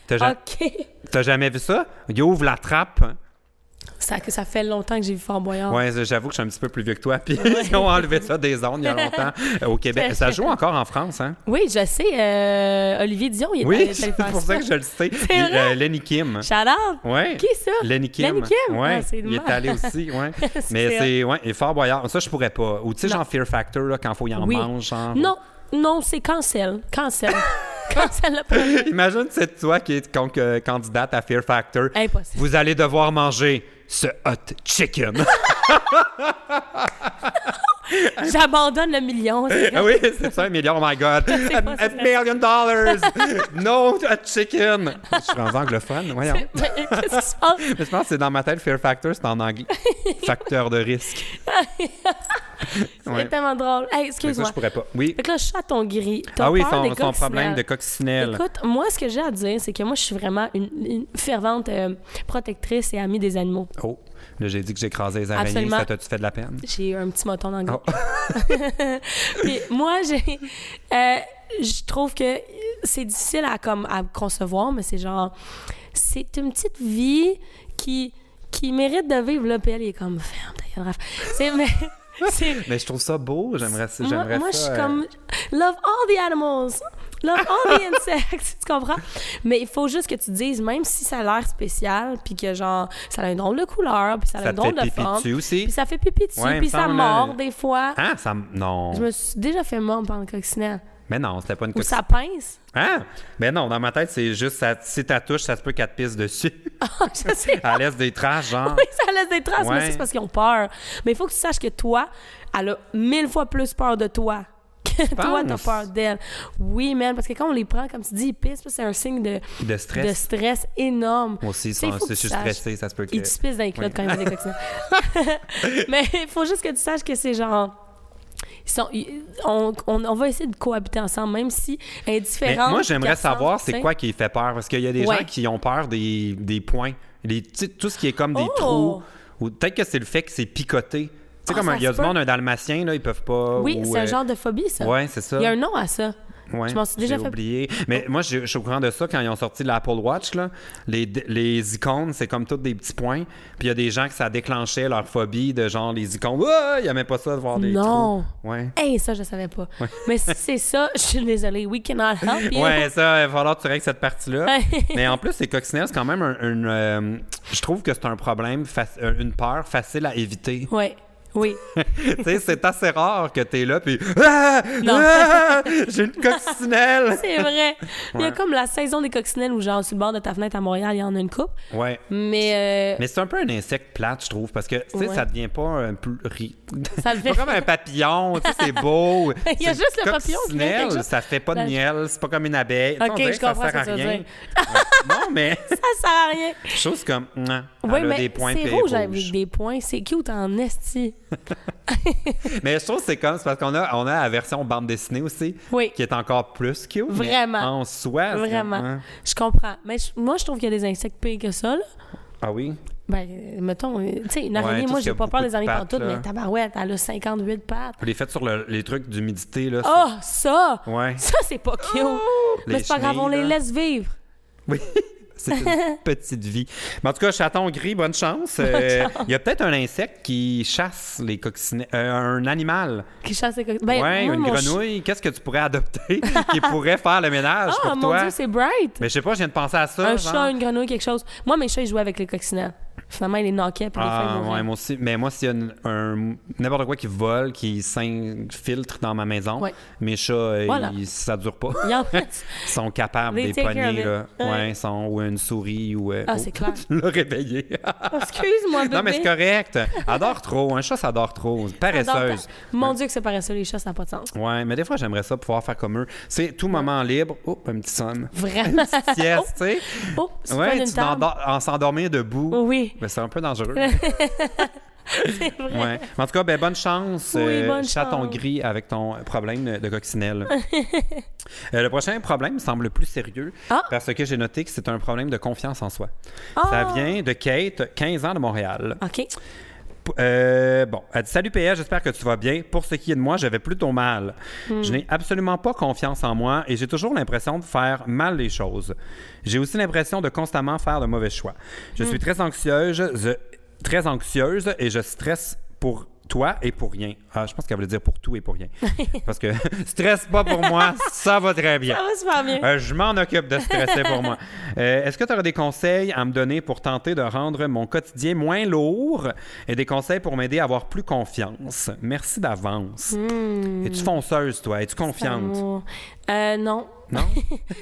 B: T'as ja-
A: OK.
B: t'as jamais vu ça? Il ouvre la trappe. hein.
A: Ça, que ça fait longtemps que j'ai vu Fort Boyard.
B: Ouais, j'avoue que je suis un petit peu plus vieux que toi. Puis ils ont enlevé ça des zones il y a longtemps euh, au Québec. Ça joue encore en France, hein?
A: Oui, je sais. euh, Olivier Dion, il est allé-
B: Oui,
A: allé
B: c'est
A: faire
B: pour ça que je le sais.
A: C'est
B: Il-
A: vrai?
B: euh, Lenny Kim.
A: Shout out!
B: Ouais.
A: Qui ça?
B: Lenny Kim.
A: Lenny Kim?
B: Ouais,
A: Ah, c'est
B: il
A: drôle.
B: est allé aussi, ouais.
A: C'est
B: Mais
A: hot.
B: c'est ouais, et Fort Boyard, ça je pourrais pas. Ou tu sais
A: Non.
B: genre Fear Factor là quand faut y en
A: Oui.
B: mange genre.
A: Non, non, c'est cancel. Cancel. cancel le projet.
B: Imagine c'est toi qui est con- que- candidate à Fear Factor.
A: Impossible.
B: Vous allez devoir manger ce hot chicken.
A: J'abandonne le million. c'est vrai.
B: Ah oui, c'est ça, un million, oh my God.
A: C'est pas
B: A, a
A: ça.
B: million dollars. no to a chicken. Je suis en anglophone, voyons.
A: Mais Qu'est-ce qui se passe?
B: Mais je pense que c'est dans ma tête, Fear Factor, c'est en anglais. Facteur de risque.
A: C'est
B: Ouais.
A: tellement drôle. Hey,
B: Fait que Ça,
A: excuse-moi.
B: je pourrais pas. Oui.
A: Fait que là, chaton gris. T'as
B: Ah oui,
A: peur
B: son,
A: des
B: son
A: coccinelles.
B: problème de coccinelle.
A: Écoute, moi, ce que j'ai à dire, c'est que moi, je suis vraiment une, une fervente euh, protectrice et amie des animaux.
B: Oh, là, j'ai dit que j'écrasais les araignées.
A: Absolument.
B: Ça t'a-tu fait de la peine?
A: J'ai un petit moton dans le
B: Oh.
A: gros. Puis moi, j'ai, euh, je trouve que c'est difficile à, comme, à concevoir, mais c'est genre, c'est une petite vie qui, qui mérite de vivre. Là, puis elle est comme, ferme ta gueule, Raph. C'est, mais, c'est,
B: Mais je trouve ça beau. J'aimerais ça.
A: moi,
B: j'aimerais
A: moi, je
B: ça,
A: suis
B: euh,
A: comme love all the animals, love all the insects, tu comprends Mais il faut juste que tu dises même si ça a l'air spécial puis que genre ça a une drôle de couleur, puis ça a
B: Ça
A: une
B: te fait
A: drôle de
B: pipi
A: forme.
B: dessus aussi.
A: Puis ça fait pipi dessus,
B: Ouais, il me
A: puis ça
B: semble,
A: mord
B: euh,
A: des fois.
B: Hein? Ça... m- Non.
A: Je me suis déjà fait mordre par une coccinelle.
B: Mais non, c'était pas une
A: Ou
B: coccinelle.
A: ça pince.
B: Hein? Mais non, dans ma tête, c'est juste, ça, si ta touche, ça se peut qu'elle te pisse dessus.
A: Ah, je sais.
B: Elle laisse des traces, genre.
A: Oui, ça laisse des traces, mais
B: ah. Ouais.
A: ça, c'est parce qu'ils ont peur. Mais il faut que tu saches que toi, elle a mille fois plus peur de toi que toi, t'as
B: penses?
A: peur d'elle. Oui, man, parce que quand on les prend, comme tu dis, ils pissent, là, c'est un signe de,
B: De stress.
A: de stress énorme.
B: Moi aussi,
A: Tu sais,
B: ça-
A: il faut
B: si
A: que
B: je
A: tu
B: suis
A: saches.
B: stressé, ça se peut que.
A: Ils te pissent dans les clottes quand ils ont des coccinelles. mais il faut juste que tu saches que c'est genre... ils sont- ils- on, on- on va essayer de cohabiter ensemble, même si
B: Mais
A: indifférent.
B: moi, j'aimerais savoir c'est quoi qui fait peur. Parce qu'il y a des
A: Ouais.
B: gens qui ont peur des, des points. Les, tu sais, tout ce qui est comme des
A: Oh!
B: trous. Ou peut-être que c'est le fait que c'est picoté. Tu sais,
A: Ah,
B: comme un-
A: ça
B: il y a
A: se
B: du
A: peut.
B: monde, un dalmatien, là, ils peuvent pas.
A: Oui,
B: ou,
A: c'est un
B: euh,
A: genre de phobie, ça.
B: Ouais, c'est ça.
A: Il y a un nom à ça.
B: Ouais,
A: je m'en suis déjà
B: j'ai
A: fait- Oh.
B: oublié. Mais moi, je, je suis au courant de ça quand ils ont sorti l'Apple Watch. Là, les, les icônes, c'est comme toutes des petits points. Puis il y a des gens que ça déclenchait leur phobie de genre les icônes. Ah, il n'y avait pas ça de voir des
A: Non.
B: trous. Ouais.
A: Hey, ça, je savais pas. Mais si c'est ça, je suis désolée. We cannot help you.
B: Ouais, ça, il va falloir que tu règles cette partie-là.
A: Ouais.
B: Mais en plus, les coccinelles, c'est quand même un. un, euh, je trouve que c'est un problème, fac- euh, une peur facile à éviter.
A: Ouais. Oui.
B: tu sais, c'est assez rare que tu es là, puis. Ah!
A: Non.
B: Ah! J'ai une coccinelle!
A: C'est vrai. Il y a
B: Ouais.
A: comme la saison des coccinelles où, genre, sur le bord de ta fenêtre à Montréal, il y en a une coupe.
B: ouais.
A: Mais, euh,
B: Mais c'est un peu un insecte plate, je trouve, parce que, tu sais,
A: Ouais.
B: ça devient pas un peu ri-
A: ça le
B: C'est
A: fait.
B: pas comme un papillon, tu sais, c'est beau.
A: Il y a
B: C'est
A: juste le papillon qui vient
B: coccinelle,
A: quelque chose.
B: ça fait pas de
A: La-
B: miel, c'est pas comme une abeille. Tu
A: Ok,
B: sais, on dirait
A: je
B: que ça
A: comprends
B: sert à
A: ce que tu veux
B: rien.
A: dire.
B: Ouais. non, mais
A: Ça sert à rien.
B: chose comme non, hein, elle
A: Oui,
B: a
A: mais
B: des points puis
A: c'est
B: elle est
A: rouge
B: rouge.
A: avec des points. C'est cute en esti.
B: Mais je trouve que c'est comme c'est parce qu'on a on a la version bande dessinée aussi
A: Oui.
B: qui est encore plus cute. mais
A: Vraiment.
B: En soi, c'est comme,
A: Vraiment.
B: hein.
A: Je comprends. Mais je- moi, je trouve qu'il y a des insectes pires que ça, là.
B: Ah oui.
A: Ben, euh, mettons, euh, tu sais, une
B: Ouais,
A: araignée,
B: tout
A: moi,
B: ce qui
A: j'ai
B: a
A: pas peur
B: beaucoup
A: des
B: de
A: araignées
B: pattes,
A: pantoute,
B: là.
A: mais tabarouette, elle a 58 pattes.
B: Les faites sur le- les trucs d'humidité là.
A: Oh, ça!
B: ça- Ouais.
A: Ça, c'est pas cute! Mais
B: Les
A: c'est pas grave, on les
B: chenilles, là.
A: laisse vivre.
B: Oui. C'est une petite vie. Mais en tout cas, chaton gris, bonne chance. Euh, Il y a peut-être un insecte qui chasse les coccinelles. euh, un animal.
A: Qui chasse les coquilles. Ben,
B: ouais,
A: moi,
B: une
A: mon ch-
B: grenouille. Qu'est-ce que tu pourrais adopter qui pourrait faire le ménage
A: Ah,
B: pour
A: mon
B: toi?
A: Dieu, c'est bright!
B: Mais je sais pas, je viens de penser à ça.
A: Un
B: genre.
A: chat, une grenouille, quelque chose. Moi, mes chats, ils jouaient avec les coccinelles. Finalement, ils les knockait pour les
B: Ah,
A: faire
B: ouais,
A: mourir.
B: moi aussi. Mais moi, s'il y a une- un, n'importe quoi qui vole, qui s'infiltre dans ma maison,
A: Ouais.
B: mes chats, euh,
A: Voilà.
B: ils- ça dure pas.
A: Il y en a-
B: Ils sont capables
A: They
B: des
A: take care of
B: poignées,
A: it.
B: là.
A: Ouais.
B: Ouais, ils sont, ou une souris, ou. euh,
A: Ah, c'est clair.
B: Tu l'as réveillé.
A: Oh, Excuse-moi, bébé.
B: non, mais c'est correct. Elle dort trop. Un chat, ça dort trop. Paresseuse.
A: Mon Dieu, que c'est paresseux, les chats, ça n'a pas de sens.
B: Ouais, mais des fois, j'aimerais ça pouvoir faire comme eux. C'est tout moment libre. Oh, un petit sonne.
A: Vraiment.
B: Sieste, tu sais.
A: Oh, c'est
B: Ouais,
A: une
B: tu
A: table.
B: t'endors- en s'endormir debout.
A: Oui,
B: Mais c'est un peu dangereux.
A: c'est vrai.
B: Ouais. Mais En tout cas, ben, bonne chance,
A: Oui, bonne
B: chaton
A: chance.
B: gris, avec ton problème de, de coccinelle. Euh, le prochain problème semble plus sérieux
A: Ah!
B: parce que j'ai noté que c'est un problème de confiance en soi.
A: Ah!
B: Ça vient de Kate, 15 ans de Montréal.
A: OK.
B: Euh, bon, elle dit Salut PS, j'espère que tu vas bien. Pour ce qui est de moi, j'avais plutôt mal.
A: Hmm.
B: Je n'ai absolument pas confiance en moi et j'ai toujours l'impression de faire mal les choses. J'ai aussi l'impression de constamment faire de mauvais choix. Je
A: Hmm.
B: suis très anxieuse, je- très anxieuse et je stresse pour toi et pour rien. Ah, je pense qu'elle voulait dire pour tout et pour rien. Parce que stresse pas pour moi, ça va très bien.
A: Ça va super bien.
B: Euh, je m'en occupe de stresser pour moi. Euh, Est-ce que tu aurais des conseils à me donner pour tenter de rendre mon quotidien moins lourd et des conseils pour m'aider à avoir plus confiance? Merci d'avance.
A: Hmm.
B: Es-tu fonceuse, toi? Es-tu confiante?
A: Amour. Euh, non.
B: Non?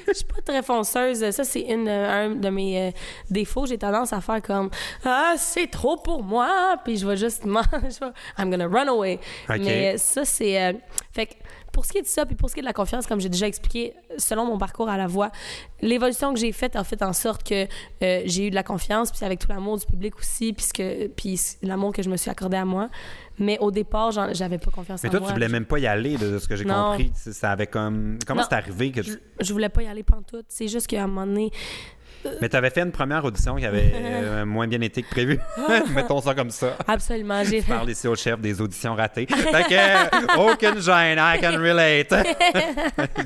A: je suis pas très fonceuse. Ça, c'est une, euh, un de mes euh, défauts. J'ai tendance à faire comme Ah, c'est trop pour moi. Puis je vais juste. m'en- je vais- I'm gonna run away.
B: Ok.
A: Mais euh, ça, c'est. euh, Fait que pour ce qui est de ça, puis pour ce qui est de la confiance, comme j'ai déjà expliqué, selon mon parcours à la voix, l'évolution que j'ai faite a fait en sorte que euh, j'ai eu de la confiance, puis avec tout l'amour du public aussi, puis, ce que- puis l'amour que je me suis accordé à moi. Mais au départ, j'en- j'avais pas confiance
B: Mais
A: en
B: toi,
A: moi.
B: tu voulais même pas y aller, de de ce que j'ai
A: Non.
B: compris. C'est- Ça avait comme... Comment
A: Non.
B: c'est arrivé? Que tu-
A: je, je voulais pas y aller pantoute. C'est juste qu'à un moment donné,
B: Mais tu avais fait une première audition qui avait euh, moins bien été que prévu. Mettons ça comme ça.
A: absolument, j'ai
B: Je parle ici au chef des auditions ratées. Fait que, euh, aucune gêne, I can relate.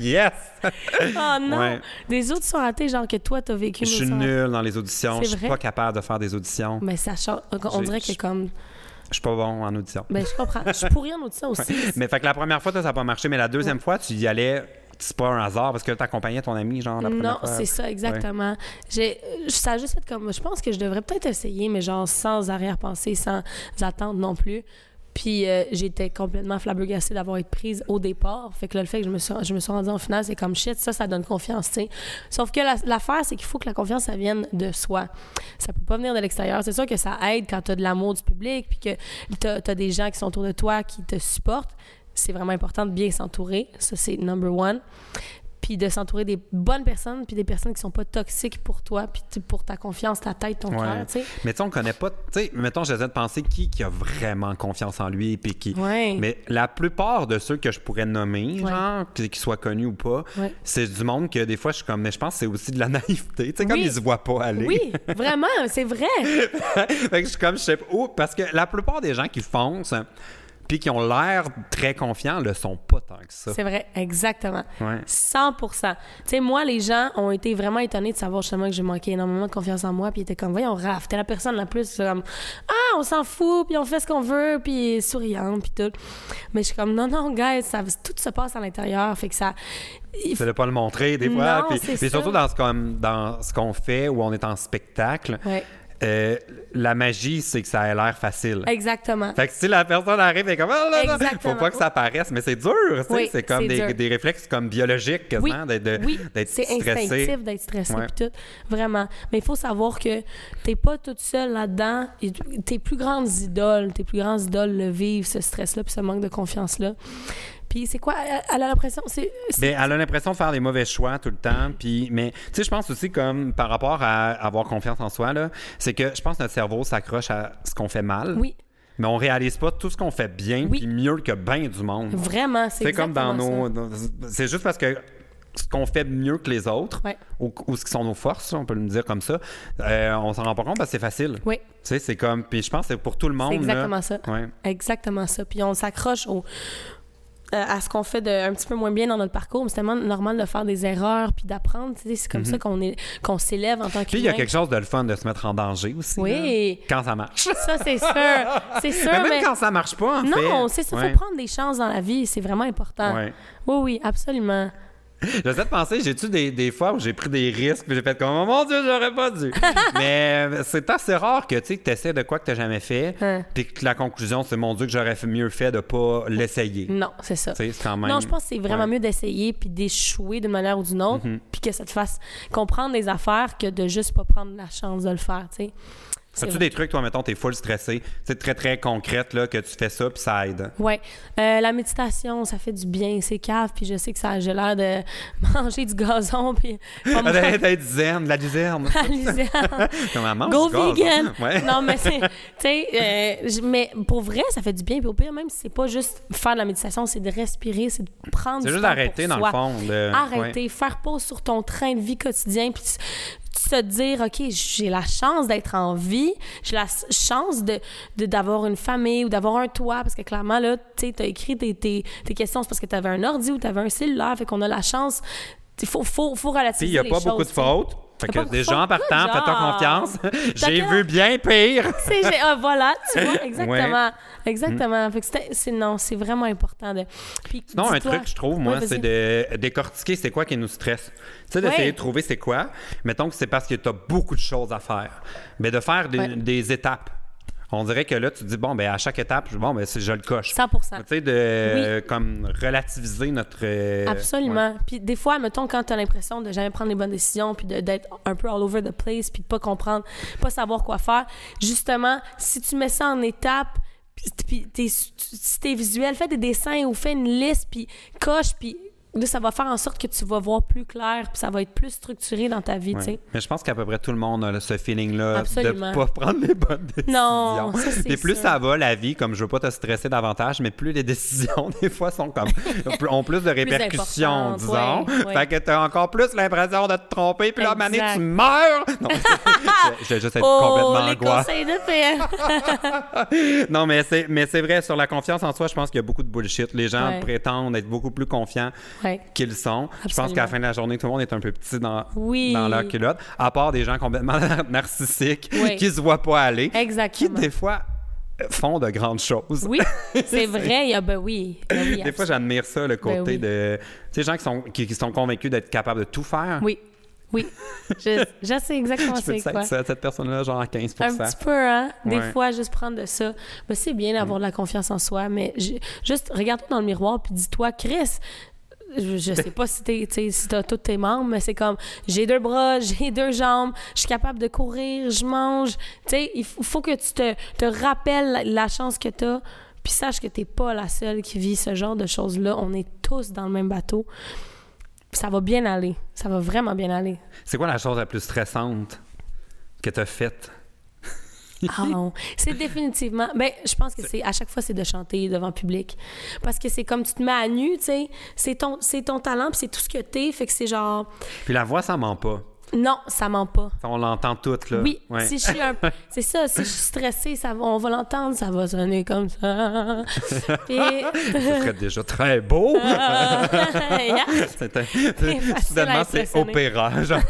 B: yes!
A: Oh non!
B: Ouais.
A: Des autres sont ratées, genre que toi, t'as vécu.
B: Je
A: nous,
B: suis
A: ça-
B: nul dans les auditions.
A: C'est
B: Je suis
A: vrai? Mm.
B: pas capable de faire des auditions.
A: Mais ça change. On
B: J'ai-
A: dirait que
B: je-
A: comme.
B: Je suis pas bon en audition.
A: Ben, je comprends. Je suis pour rien autre ça aussi.
B: Mais fait que la première fois, toi, ça n'a pas marché, mais la deuxième fois, tu y allais, c'est pas un hasard parce que tu accompagnais ton ami, genre, la première
A: Non,
B: fois.
A: c'est ça, exactement. J'ai, euh, ça a juste fait comme. Je pense que je devrais peut-être essayer, mais genre sans arrière-pensée, sans attendre non plus. Puis euh, j'étais complètement flabbergastée d'avoir été prise au départ. Fait que là, le fait que je me suis, je me suis rendue en finale, c'est comme shit, ça, ça donne confiance, tu sais. Sauf que la- l'affaire, c'est qu'il faut que la confiance, ça vienne de soi. Ça peut pas venir de l'extérieur. C'est sûr que ça aide quand t'as de l'amour du public, puis que t'as as des gens qui sont autour de toi, qui te supportent. C'est vraiment important de bien s'entourer. Ça, c'est number one puis de s'entourer des bonnes personnes, puis des personnes qui sont pas toxiques pour toi, puis tu- pour ta confiance, ta tête, ton
B: Ouais.
A: cœur, tu sais.
B: Mais tu sais, on connaît pas. Tu sais, mettons, j'essaie de penser qui, qui a vraiment confiance en lui. Puis qui...
A: Ouais.
B: Mais la plupart de ceux que je pourrais nommer,
A: Ouais.
B: genre, qui- qu'ils soient connus ou pas,
A: Ouais.
B: c'est du monde que des fois, je suis comme, mais je pense que c'est aussi de la naïveté. Tu sais, comme
A: Oui.
B: ils se voient pas aller.
A: Oui, vraiment, c'est vrai.
B: fait que je suis comme, je sais pas où, parce que la plupart des gens qui foncent, puis qui ont l'air très confiants, le sont pas tant que ça.
A: C'est vrai, exactement.
B: Ouais.
A: 100 Tu sais, moi, les gens ont été vraiment étonnés de savoir justement que j'ai manqué énormément de confiance en moi, puis ils étaient comme, voyons, Raph, t'es la personne la plus, comme, ah, on s'en fout, puis on fait ce qu'on veut, puis souriante, puis tout. Mais je suis comme, non, non, guys, ça, tout se passe à l'intérieur, fait que ça. il
B: C'est de pas le montrer des fois.
A: Non,
B: puis,
A: c'est
B: puis
A: ça.
B: surtout dans ce qu'on, dans ce qu'on fait où on est en spectacle,
A: Ouais.
B: euh, la magie, c'est que ça a l'air facile.
A: Exactement.
B: Fait que si la personne arrive et est comme, Ah, là, là,
A: Exactement.
B: faut pas que ça apparaisse, mais c'est dur, tu sais,
A: Oui,
B: c'est comme
A: c'est
B: des,
A: dur.
B: des réflexes comme biologiques
A: Oui,
B: quasiment, d'être, de-
A: oui,
B: d'être
A: c'est
B: stressé.
A: instinctif d'être stressé
B: Ouais.
A: puis tout, vraiment. Mais il faut savoir que t'es pas toute seule là-dedans. Et Tes plus grandes idoles, tes plus grandes idoles le vivent, ce stress-là puis ce manque de confiance-là. Puis c'est quoi? Elle- Elle a l'impression... c'est c'est-
B: Mais elle a l'impression de faire des mauvais choix tout le temps. Puis, mais tu sais, je pense aussi comme par rapport à avoir confiance en soi, là, c'est que je pense que notre cerveau s'accroche à ce qu'on fait mal,
A: Oui,
B: mais on réalise pas tout ce qu'on fait bien,
A: Oui.
B: puis mieux que bien du monde.
A: vraiment, c'est
B: C'est comme dans
A: exactement
B: nos. dans- C'est juste parce que ce qu'on fait de mieux que les autres,
A: Ouais.
B: ou, ou ce qui sont nos forces, on peut le dire comme ça, euh, on s'en rend pas compte parce que c'est facile.
A: Oui.
B: Tu sais, c'est comme. Puis je pense que c'est pour tout le monde.
A: C'est
B: là.
A: exactement ça.
B: Ouais.
A: Exactement ça. Puis on s'accroche au euh, à ce qu'on fait de, un petit peu moins bien dans notre parcours, mais c'est tellement normal de faire des erreurs puis d'apprendre. tu sais, C'est comme ça qu'on est qu'on s'élève en tant
B: Mm-hmm. Puis il y a
A: qu'humain.
B: quelque chose de le fun de se mettre en danger aussi.
A: Oui.
B: là, quand ça marche.
A: Ça, c'est sûr. C'est sûr,
B: Mais Ben, même
A: mais-
B: quand ça marche pas, en fait.
A: Non, c'est ça. Il
B: Ouais.
A: faut prendre des chances dans la vie. C'est vraiment important.
B: Ouais.
A: Oui, oui, absolument.
B: J'essaie de penser, j'ai-tu des, des fois où j'ai pris des risques puis j'ai fait comme, oh mon Dieu, j'aurais pas dû. Mais euh, c'est assez rare que tu sais, que t'essaies de quoi que t'as jamais fait,
A: Hein.
B: puis que la conclusion, c'est mon Dieu, que j'aurais fait- mieux fait de pas l'essayer.
A: Non, c'est ça.
B: Tu sais, c'est quand même-
A: Mm. Non, je pense que c'est vraiment
B: Ouais. Mm-hmm.
A: mieux d'essayer puis d'échouer d'une manière ou d'une autre, puis que ça te fasse comprendre des affaires que de juste pas prendre la chance de le faire, tu sais. C'est
B: As-tu
A: vrai.
B: des trucs, toi, mettons, t'es full stressé, c'est très, très concrète, là, que tu fais ça, puis ça aide?
A: Ouais, Euh, la méditation, ça fait du bien, c'est cave, puis je sais que ça j'ai l'air de manger du gazon puis pas
B: Ah,
A: manger
B: D'être d'être zen, de la luzerne.
A: à l'usine.
B: Comme elle mange
A: Go
B: du gaz,
A: vegan!
B: hein. Ouais.
A: Non, mais c'est. Tu sais, euh, j- mais pour vrai, ça fait du bien. Puis au pire, même si c'est pas juste faire de la méditation, c'est de respirer, c'est de prendre.
B: C'est
A: du
B: juste
A: temps
B: d'arrêter,
A: pour
B: dans
A: soi.
B: le fond. de- ouais.
A: Arrêter, faire pause sur ton train de vie quotidien. Puis tu- se dire, OK, j'ai la chance d'être en vie, j'ai la s- chance de, de- d'avoir une famille ou d'avoir un toit, parce que clairement, là, tu sais, t'as écrit tes, tes, tes questions, c'est parce que t'avais un ordi ou t'avais un cellulaire, fait qu'on a la chance. Il faut, faut, faut relativiser
B: Puis il n'y a
A: les
B: pas beaucoup
A: choses,
B: de
A: tu sais.
B: fautes. Fait
A: Y a pas
B: que
A: beaucoup de
B: déjà en
A: fautes.
B: partant,
A: Good
B: fais-toi
A: job.
B: confiance. J'ai
A: T'as
B: vu bien pire.
A: C'est- j'ai- ah, voilà, tu vois, exactement. Exactement. Fait que c'était- c'est, non, c'est vraiment important de. Puis,
B: Non, Mm. un
A: dis-toi-
B: truc, je trouve, moi,
A: Ouais,
B: c'est
A: vas-y.
B: de euh, décortiquer c'est quoi qui nous stresse. Tu sais, d'essayer
A: Ouais.
B: de trouver c'est quoi. Mettons que c'est parce que tu as beaucoup de choses à faire. Mais de faire des,
A: Ouais.
B: des étapes. On dirait que là, tu te dis, bon, ben à chaque étape, bon, ben c'est- je le coche.
A: 100
B: Tu sais, de euh, comme relativiser notre. euh, ouais.
A: Absolument. Puis des fois, mettons, quand tu as l'impression de jamais prendre les bonnes décisions, puis de- d'être un peu all over the place, puis de pas comprendre, pas savoir quoi faire, justement, si tu mets ça en étapes, puis- puis t'es- si t'es visuel, fais des dessins ou fais une liste, puis coche, puis là, ça va faire en sorte que tu vas voir plus clair, puis ça va être plus structuré dans ta vie,
B: Ouais.
A: tu sais.
B: Mais je pense qu'à peu près tout le monde a ce feeling-là de
A: Absolument.
B: pas prendre les bonnes décisions.
A: Non, ça, c'est
B: Et plus
A: sûr.
B: ça va, la vie, comme je veux pas te stresser davantage, mais plus les décisions, des fois, sont comme, ont plus de répercussions,
A: importantes,
B: disons.
A: ouais, ouais.
B: Fait que t'as encore plus l'impression de te tromper, puis là, mané,
A: Exact.
B: tu meurs! Non, je- je vais juste être
A: Oh,
B: complètement
A: les conseils
B: angoissé.
A: de PM!
B: Non, mais c'est, mais c'est vrai, sur la confiance en soi, je pense qu'il y a beaucoup de bullshit. Les gens
A: Ouais.
B: prétendent être beaucoup plus confiants
A: Ouais.
B: qu'ils sont. Je pense
A: Absolument.
B: qu'à la fin de la journée, tout le monde est un peu petit dans,
A: Oui.
B: dans leur culotte, à part des gens complètement narcissiques
A: Oui.
B: qui se voient pas aller, qui
A: Exactement.
B: des fois euh, font de grandes choses.
A: Oui, c'est vrai, il y a- ben oui. Ben oui,
B: Des fois, j'admire ça, le
A: Ben oui.
B: côté de. Tu sais, gens qui sont, qui, qui sont convaincus d'être capables de tout faire.
A: Oui, oui. Je, je sais exactement
B: Je peux
A: c'est
B: être
A: quoi.
B: ça- cette personne-là, genre à 15
A: Un petit peu, hein? Des
B: Ouais.
A: fois, juste prendre de ça. Ben, c'est bien d'avoir de la confiance en soi, mais ju- juste regarde-toi dans le miroir puis dis-toi, Chris, je, je sais pas si t'es, t'sais, si t'as tous tes membres, mais c'est comme, j'ai deux bras, j'ai deux jambes, je suis capable de courir, je mange. Tu sais, il faut, faut que tu te, te rappelles la, la chance que t'as puis sache que t'es pas la seule qui vit ce genre de choses-là. On est tous dans le même bateau. Ça va bien aller. Ça va vraiment bien aller.
B: C'est quoi la chose la plus stressante que tu as faite?
A: Ah non. c'est définitivement. Ben, je pense que c'est à chaque fois c'est de chanter devant public, parce que c'est comme tu te mets à nu, tu sais. C'est ton, c'est ton talent, puis c'est tout ce que t'es, fait que c'est genre
B: Puis la voix, ça ment pas.
A: non, ça ment pas.
B: On l'entend toute, là.
A: Oui,
B: Ouais.
A: si je suis un, c'est ça. Si je suis stressée, ça, va- on va l'entendre, ça va sonner comme ça. Puis,
B: Ce serait déjà très beau.
A: Yeah.
B: C'est un- c'est-
A: à
B: Soudainement, c'est
A: impressionner.
B: opéra. genre.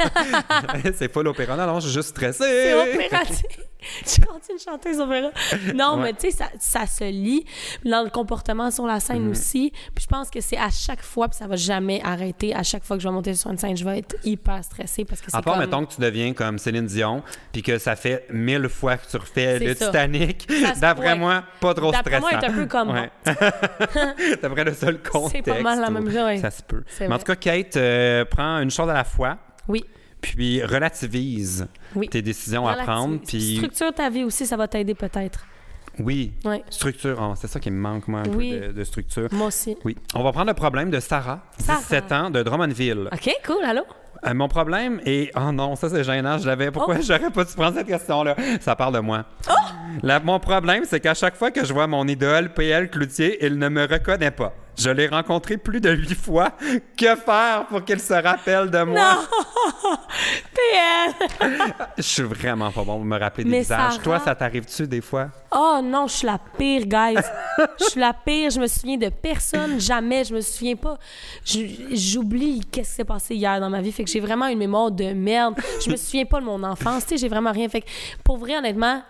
B: c'est pas l'opéra. Non, non, je suis juste stressé.
A: C'est opératique. Je continue de chanter les opéras. Non,
B: Ouais.
A: mais tu sais, ça, ça se lit dans le comportement sur la
B: Mhm.
A: scène aussi. Puis je pense que c'est à chaque fois, puis ça va jamais arrêter. À chaque fois que je vais monter sur une scène, je vais être hyper stressée parce que c'est
B: À part,
A: comme...
B: mettons que tu deviens comme Céline Dion, puis que ça fait mille fois que tu refais
A: C'est
B: le
A: ça.
B: Titanic.
A: Ça se
B: D'après
A: pourrait.
B: moi, pas trop stressant.
A: D'après moi, elle est un peu comme moi.
B: Ouais. D'après le seul contexte.
A: pas mal la
B: où
A: même chose,
B: Ça se peut.
A: C'est
B: Mais en
A: vrai.
B: tout cas, Kate, euh, prends une chose à la fois,
A: Oui,
B: puis relativise
A: oui.
B: tes décisions à
A: Relative-
B: prendre. Puis
A: Structure ta vie aussi, ça va t'aider peut-être.
B: oui,
A: Ouais.
B: structure. Oh, c'est ça qui me manque, moi, un peu
A: Oui.
B: de- de structure.
A: Moi aussi.
B: Oui. On va prendre le problème de Sarah,
A: Sarah.
B: 17 ans, de Drummondville.
A: OK, cool, allô?
B: Euh, mon problème est... Oh non, ça c'est gênant, je l'avais... Pourquoi
A: Oh.
B: j'aurais pas dû prendre cette question-là? Ça parle de moi. La- Mon problème, c'est qu'à chaque fois que je vois mon idole, PL Cloutier, il ne me reconnaît pas. Je l'ai rencontré plus de huit fois. Que faire pour qu'il se rappelle de moi?
A: PL!
B: Je suis vraiment pas bon pour me rappeler des
A: Mais
B: visages.
A: Sarah-
B: Toi, ça t'arrive-tu des fois?
A: Oh non, je suis la pire, guys. Je suis la pire. Je me souviens de personne, jamais. Je me souviens pas. Je- J'oublie qu'est-ce qui s'est passé hier dans ma vie. Fait que j'ai vraiment une mémoire de merde. Je me souviens pas de mon enfance. Tu sais, j'ai vraiment rien. Fait que pour vrai, honnêtement,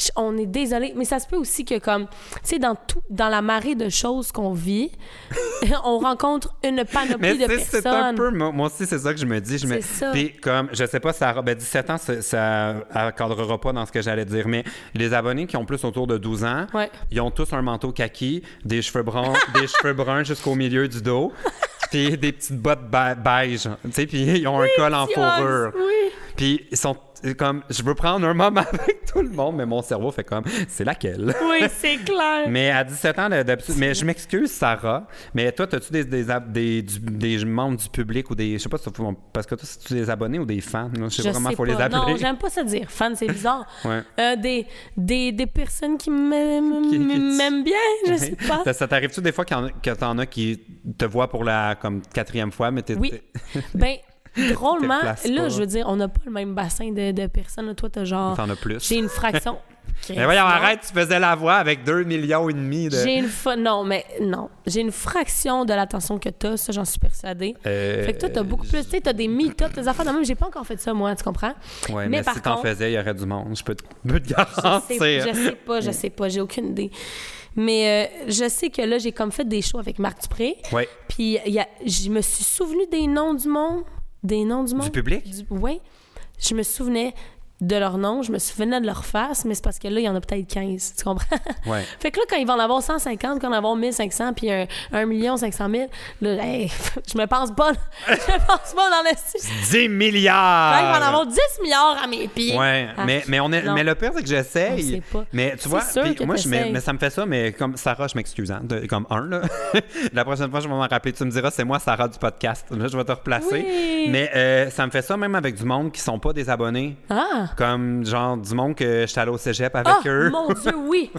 A: je- on est désolé, mais ça se peut aussi que comme, tu sais, dans tout, dans la marée de choses qu'on vit, on rencontre une
B: Mais
A: panoplie de
B: tu sais,
A: personnes.
B: c'est un peu, moi moi aussi, c'est ça que je me dis. Je me...
A: C'est ça.
B: Puis comme, je sais pas, Sarah, ben 17 ans, ça, ça elle cadrera pas dans ce que j'allais dire, mais les abonnés qui ont plus autour de 12 ans,
A: Ouais.
B: ils ont tous un manteau kaki, des cheveux bruns, des cheveux bruns jusqu'au milieu du dos, puis des petites bottes ba- beige, tu sais, puis ils ont un col en
A: Yes,
B: fourrure.
A: Oui.
B: Puis ils sont comme, je veux prendre un moment avec tout le monde, mais mon cerveau fait comme, c'est laquelle?
A: Oui, c'est clair.
B: Mais à 17 ans, de- d'habitude- mais je m'excuse, Sarah, mais toi, as-tu des, des, ab- des, du- des membres du public ou des. Je sais pas si t'as- parce que toi, c'est-tu des abonnés ou des fans? là? Je sais
A: Je
B: pas comment
A: sais
B: faut
A: pas.
B: les appeler.
A: Non, j'aime pas ça dire. Fan, c'est bizarre.
B: Ouais.
A: Euh, des, des, des personnes qui m'aiment
B: Qui- qui-
A: m'aiment bien, je sais pas.
B: Ça, ça t'arrive-tu des fois qu'il y en a- que t'en as qui te voient pour la comme quatrième fois, mais t'es.
A: Oui.
B: t'es-
A: ben, drôlement, là,
B: places pas.
A: je veux dire, on n'a pas le même bassin de, de personnes. Toi, t'as genre.
B: T'en as plus.
A: J'ai une fraction.
B: Mais voyons,
A: Non.
B: arrête, tu faisais la voix avec 2 millions et demi de...
A: J'ai une fa- non mais non, j'ai une fraction de l'attention que t'as, ça j'en suis persuadée.
B: Euh,
A: fait que toi t'as beaucoup plus, tu sais t'as des meet-ups, des affaires de même, j'ai pas encore fait ça moi, tu comprends
B: Ouais, mais,
A: mais par
B: si t'en
A: contre-
B: faisais, il y aurait du monde. Je peux te, peux te
A: Je sais, je
B: garantir.
A: sais pas, je sais pas, j'ai aucune idée. Mais euh, je sais que là j'ai comme fait des shows avec Marc Dupré.
B: Ouais.
A: Puis il y a- je me suis souvenu des noms du monde, des noms du monde.
B: public?
A: Du- ouais. Je me souvenais de leur nom, je me souvenais de leur face, mais c'est parce que là, il y en a peut-être 15, tu comprends?
B: Ouais.
A: Fait que là, quand ils vont en avoir 150, quand en avoir 1500, puis un, 1 million 500 000, là, hey, je me pense bonne. je me pense bonne dans le système.
B: 10
A: Fait qu'ils vont
B: milliards!
A: en avoir 10 milliards à mes pieds.
B: Ah, Ouais,
A: Ah,
B: mais, mais, on est,
A: non.
B: mais le pire, c'est que
A: On
B: j'essaye.
A: sait pas.
B: Mais tu
A: C'est
B: vois,
A: sûr
B: puis
A: que
B: moi, je, mais,
A: t'essayes.
B: mais ça me fait ça, mais comme Sarah, je m'excuse, hein, de- comme un, là. La prochaine fois, je vais m'en rappeler. Tu me diras, c'est moi, Sarah, du podcast. Là, je vais te replacer.
A: Oui.
B: Mais euh, ça me fait ça même avec du monde qui sont pas des abonnés.
A: Ah!
B: Comme, genre, du monde que j'étais allé au cégep avec
A: Ah,
B: eux.
A: mon Dieu, oui!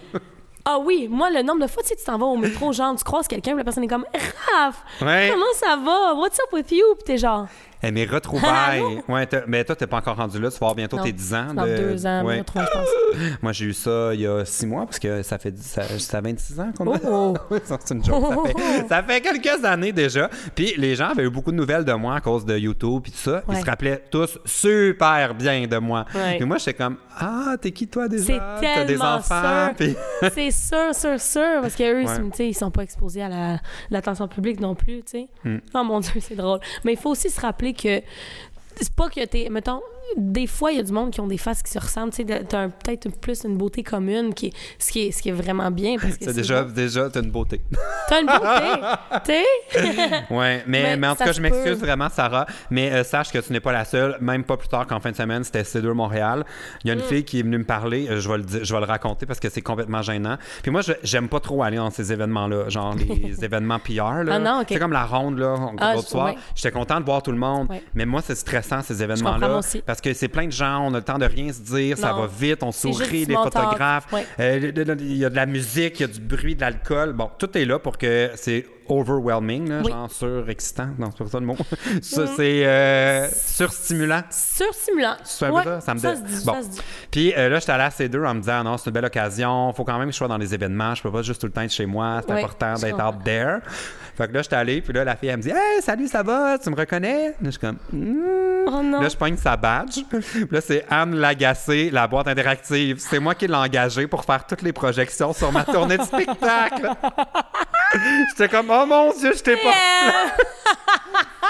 A: Ah oui, moi, le nombre de fois, tu sais, tu t'en vas au métro, genre, tu croises quelqu'un, puis la personne est comme « Raph,
B: Ouais.
A: comment ça va? What's up with you? » Puis t'es genre...
B: Eh, mes retrouvailles. ouais, t'as- mais toi, t'es pas encore rendu là. Tu vas avoir bientôt
A: Non,
B: tes 10 ans.
A: Dans
B: de-
A: deux ans,
B: Ouais.
A: moi, trois, je pense.
B: Moi, j'ai eu ça il y a six mois, parce que ça fait dix- ça, ça a 26 ans qu'on a.
A: Oh,
B: Oui, ça, c'est une joke. Ça fait, ça fait quelques années déjà. Puis les gens avaient eu beaucoup de nouvelles de moi à cause de YouTube puis tout ça. Ils
A: Ouais.
B: se rappelaient tous super bien de moi.
A: Ouais.
B: Puis moi, j'étais comme Ah, t'es qui toi déjà?
A: C'est
B: T'as des
A: tellement
B: enfants.
A: sûr.
B: Puis-
A: c'est sûr, sûr, sûr, parce qu'eux,
B: Ouais.
A: tu sais, ils sont pas exposés à la- l'attention publique non plus, tu sais.
B: Hmm.
A: Oh mon Dieu, c'est drôle. Mais il faut aussi se rappeler que c'est pas que t'es, mettons, des fois, il y a du monde qui ont des faces qui se ressemblent, tu sais, t'as un- peut-être plus une beauté commune, qui est- ce, qui est, ce qui est vraiment bien. Parce que
B: C'est déjà, déjà, t'as une beauté.
A: T'as une beauté, tu sais.
B: Ouais, mais, mais,
A: Mais
B: en tout
A: ça
B: cas,
A: se
B: je m'excuse
A: peut.
B: vraiment, Sarah, mais euh, sache que tu n'es pas la seule. Même pas plus tard qu'en fin de semaine, c'était C2 Montréal.
A: Mm.
B: Il y a une fille qui est venue me parler. euh, je, vais le dire- je vais le raconter parce que c'est complètement gênant. Puis moi, je- j'aime pas trop aller dans ces événements-là, genre les événements PR. Là.
A: Ah non, ok.
B: C'est comme la ronde, là, on-
A: Ah,
B: l'autre
A: je-
B: soir.
A: ouais.
B: J'étais content de voir tout le monde,
A: Ouais.
B: mais moi, c'est stressant, ces
A: comprends,
B: événements-là.
A: moi aussi.
B: Parce que c'est plein de gens, on a le temps de rien se dire, ça
A: Non.
B: va vite, on
A: C'est juste
B: sourit,
A: du
B: les
A: small talk.
B: photographes.
A: Ouais.
B: Euh, le- le- le- Il y a de la musique, il y a du bruit, de l'alcool. Bon, tout est là pour que c'est overwhelming, là,
A: Oui. Mm.
B: genre surexcitant. Non, c'est pas ça le mot. Ça, c'est euh, surstimulant.
A: Surstimulant.
B: C'est un peu
A: Ouais,
B: ça, ça me
A: se
B: dé-
A: dit,
B: Bon.
A: ça se dit.
B: Puis euh, là, j'étais allé à C2 en me disant, Ah non, c'est une belle occasion, faut quand même que je sois dans les événements, je peux pas juste tout le temps être chez moi, c'est
A: Ouais,
B: important
A: je
B: d'être
A: comprends.
B: out there. Fait que là, j'étais allé, puis là, la fille, elle me dit, hey, salut, ça va, tu me reconnais? Là, je suis comme, Hmm.
A: Oh non.
B: Là, je pogne sa badge. Puis Là, c'est Anne Lagacé, la boîte interactive. C'est moi qui l'ai engagée pour faire toutes les projections sur ma tournée de spectacle. J'étais comme, oh mon Dieu, je t'ai pas.
A: Yeah!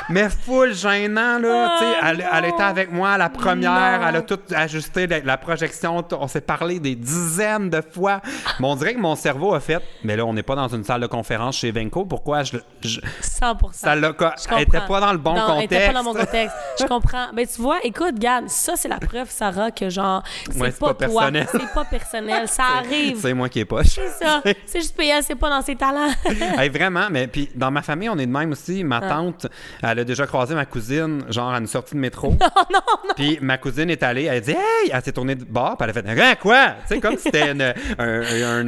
B: Mais full gênant, là.
A: Ah,
B: tu sais, elle, elle
A: non.
B: était avec moi à la première.
A: Non.
B: Elle a tout ajusté la, la projection. t- On s'est parlé des dizaines de fois. Mais on dirait que mon cerveau a fait, mais là, on n'est pas dans une salle de conférence chez Venco. Pourquoi je. je-
A: 100
B: ça l'a.
A: Je
B: Elle était
A: comprends.
B: pas dans le bon
A: Non, elle
B: contexte.
A: était pas dans mon contexte. Je comprends. Mais tu vois, écoute, Gad, ça, c'est la preuve, Sarah, que genre, c'est
B: Ouais, c'est
A: pas,
B: pas
A: toi.
B: personnel.
A: C'est pas personnel. Ça arrive.
B: C'est moi qui ai poche.
A: C'est ça. C'est juste payant, c'est pas dans ses talents.
B: Hey, vraiment, mais puis dans ma famille, on est de même aussi. Ma
A: Ah.
B: tante, elle a déjà croisé ma cousine, genre à une sortie de métro. Puis ma cousine est allée, elle dit Hey Elle s'est tournée de bord, puis elle a fait Hein, quoi Tu sais, comme si c'était une- un, un-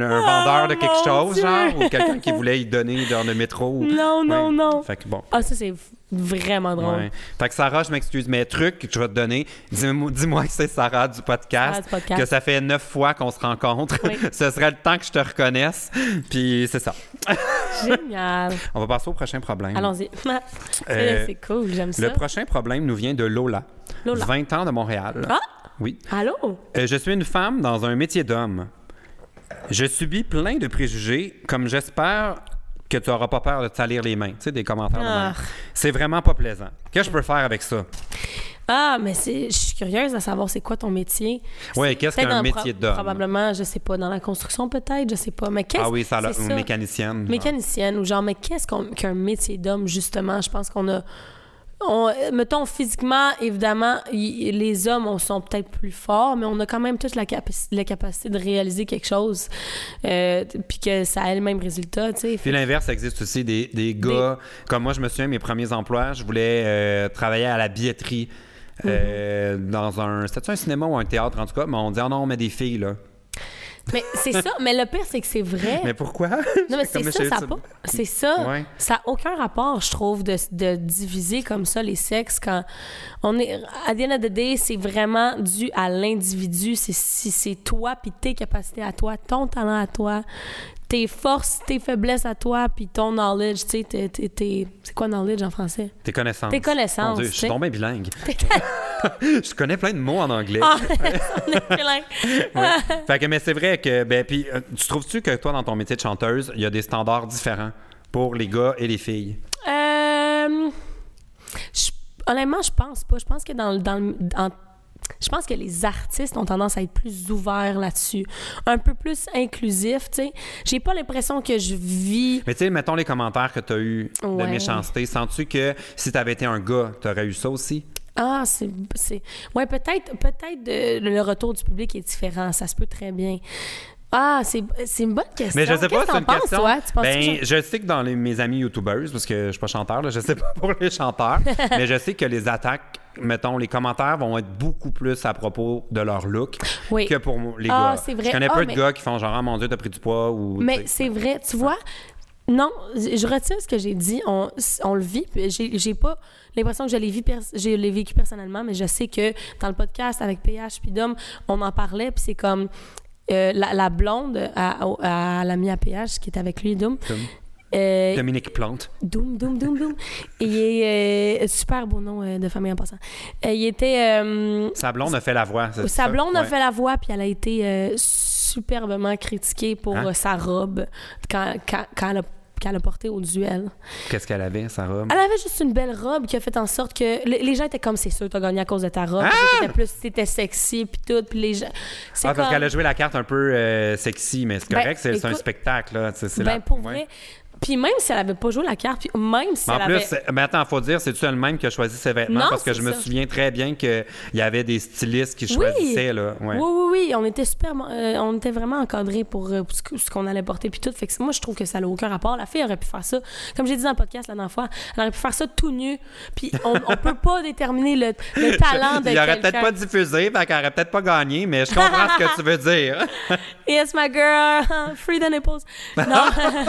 B: un vendeur de quelque
A: Oh, mon
B: chose,
A: Dieu.
B: genre, ou quelqu'un qui voulait y donner dans le métro. ou-
A: Non, non,
B: Ouais.
A: non.
B: Fait que bon.
A: Ah, ça, c'est vraiment drôle.
B: Ouais. Fait que Sarah, je m'excuse, mais truc que je vais te donner, dis-moi dis-moi que c'est Sarah du podcast,
A: Sarah du podcast.
B: que ça fait neuf fois qu'on se rencontre.
A: Oui.
B: Ce serait le temps que je te reconnaisse. Puis c'est ça.
A: Génial.
B: On va passer au prochain problème.
A: Allons-y.
B: Euh,
A: C'est c'est cool, j'aime ça.
B: Le prochain problème nous vient de Lola,
A: Lola.
B: 20 ans de Montréal.
A: Ah!
B: Oui.
A: Allô?
B: Euh, je suis une femme dans un métier d'homme. Je subis plein de préjugés, comme j'espère que tu n'auras pas peur de te salir les mains, tu sais, des commentaires. de
A: Ah.
B: même. C'est vraiment pas plaisant. Qu'est-ce que je peux faire avec ça?
A: Ah, mais c'est- je suis curieuse à savoir c'est quoi ton métier.
B: Oui, qu'est-ce
A: Peut-être
B: qu'un
A: dans-
B: métier d'homme?
A: Probablement, je sais pas, dans la construction peut-être, je sais pas. Mais qu'est-ce
B: Ah oui, ça, là,
A: c'est
B: une mécanicienne. genre.
A: mécanicienne ou genre mais qu'est-ce qu'on- qu'un métier d'homme justement je pense qu'on a on- mettons physiquement évidemment y- les hommes on sont peut-être plus forts mais on a quand même toute la, capaci- la capacité de réaliser quelque chose euh, puis que ça a le même résultat tu sais
B: Puis l'inverse, ça existe aussi des, des gars. Comme moi, je me souviens, mes premiers emplois, je voulais euh, travailler à la billetterie.
A: Mhm.
B: oh euh, Dans un. C'était-tu un cinéma ou un théâtre, en tout cas? Mais on dit, Ah non, on met des filles, là.
A: Mais c'est ça, mais le pire, c'est que c'est vrai.
B: Mais pourquoi?
A: Non, mais c'est
B: Comme
A: ça,
B: je-
A: ça a pas- C'est ça.
B: Ouais.
A: Ça n'a aucun rapport, je trouve, de, de diviser comme ça les sexes quand on est. À the end of the day, c'est vraiment dû à l'individu. C'est si c'est toi, puis tes capacités à toi, ton talent à toi, tes forces, tes faiblesses à toi, puis ton knowledge. Tu sais, tes- tes- tes- c'est quoi knowledge en français?
B: Tes connaissances.
A: Tes connaissances,
B: Mon Dieu, je
A: tu sais.
B: suis tombé bilingue. je connais plein de mots en anglais.
A: Ah, on est bilingue.
B: Fait que, mais c'est vrai que, ben, puis, euh, tu trouves-tu que toi, dans ton métier de chanteuse, il y a des standards différents pour les gars et les filles?
A: Euh, je- honnêtement, je pense pas. Je pense que dans, le- dans le- en- je pense que les artistes ont tendance à être plus ouverts là-dessus, un peu plus inclusifs, tu sais. J'ai pas l'impression que je vis
B: Mais tu sais, mettons les commentaires que tu as eus de
A: Ouais.
B: méchanceté. Sens-tu que si tu avais été un gars, tu aurais eu ça aussi?
A: ah c'est c'est ouais peut-être peut-être euh, le retour du public est différent, ça se peut très bien. Ah, c'est c'est une bonne question.
B: Mais je sais pas,
A: Qu'est-ce
B: c'est
A: que
B: une
A: t'en penses,
B: question.
A: toi? Tu penses
B: ben, je sais que dans les- mes amis youtubeuses, parce que je suis pas chanteur, là, je sais pas pour les chanteurs, mais je sais que les attaques, mettons, les commentaires vont être beaucoup plus à propos de leur look
A: Oui.
B: que pour les
A: Ah,
B: gars.
A: c'est vrai.
B: Je connais
A: Ah,
B: peu
A: mais-
B: de gars qui font genre, ah mon Dieu, t'as pris du poids ou.
A: Mais
B: tu sais.
A: c'est vrai, tu vois. Non, je je retire ce que j'ai dit. On, on le vit. puis J'ai j'ai pas l'impression que je l'ai vu pers- je l'ai vécu personnellement, mais je sais que dans le podcast avec PH puis Dom, on en parlait. Puis c'est comme euh, la, la blonde à, au- à l'ami à PH qui est avec lui, Dom.
B: Dom.
A: euh,
B: Dominique Plante.
A: Doom, Doom, Doom, Doom. Il est euh, super beau nom euh, de famille en passant. Euh, il était. euh,
B: Sa blonde a fait la voix. c'est
A: sa
B: ça?
A: blonde a
B: Ouais.
A: fait la voix, puis elle a été euh, superbement critiquée pour
B: Hein?
A: euh, sa robe quand, quand, quand elle a qu'elle a portée au duel.
B: Qu'est-ce qu'elle avait, sa robe?
A: Elle avait juste une belle robe qui a fait en sorte que le- les gens étaient comme c'est sûr t'as gagné à cause de ta
B: Hein?
A: robe, t'étais plus t'étais sexy puis tout puis les gens c'est
B: Ah, parce
A: comme-
B: qu'elle a joué la carte un peu euh, sexy, mais c'est
A: Ben,
B: correct, c'est c'est un
A: écoute-
B: spectacle. Là. C'est- c'est
A: ben
B: la-
A: pour
B: ouais.
A: vrai puis même si elle avait pas joué la carte puis même si
B: Mais
A: elle
B: en plus,
A: avait
B: c'est- mais attends, faut dire, c'est-tu elle-même qui a choisi ses vêtements?
A: Non,
B: parce que
A: c'est
B: je me
A: ça.
B: souviens très bien qu'il y avait des stylistes qui choisissaient, là. Ouais.
A: Oui, oui, oui. On était super, euh, on était vraiment encadrés pour, euh, pour ce que- ce qu'on allait porter puis tout. Fait que moi, je trouve que ça n'a aucun rapport. La fille aurait pu faire ça. Comme j'ai dit dans le podcast la dernière fois, elle aurait pu faire ça tout nu. Puis on, on peut pas déterminer le, le talent de
B: Il
A: quelqu'un.
B: aurait peut-être pas diffusé, fait qu'elle aurait peut-être pas gagné, mais je comprends ce que tu veux dire.
A: Yes, my girl, free the nipples. Non.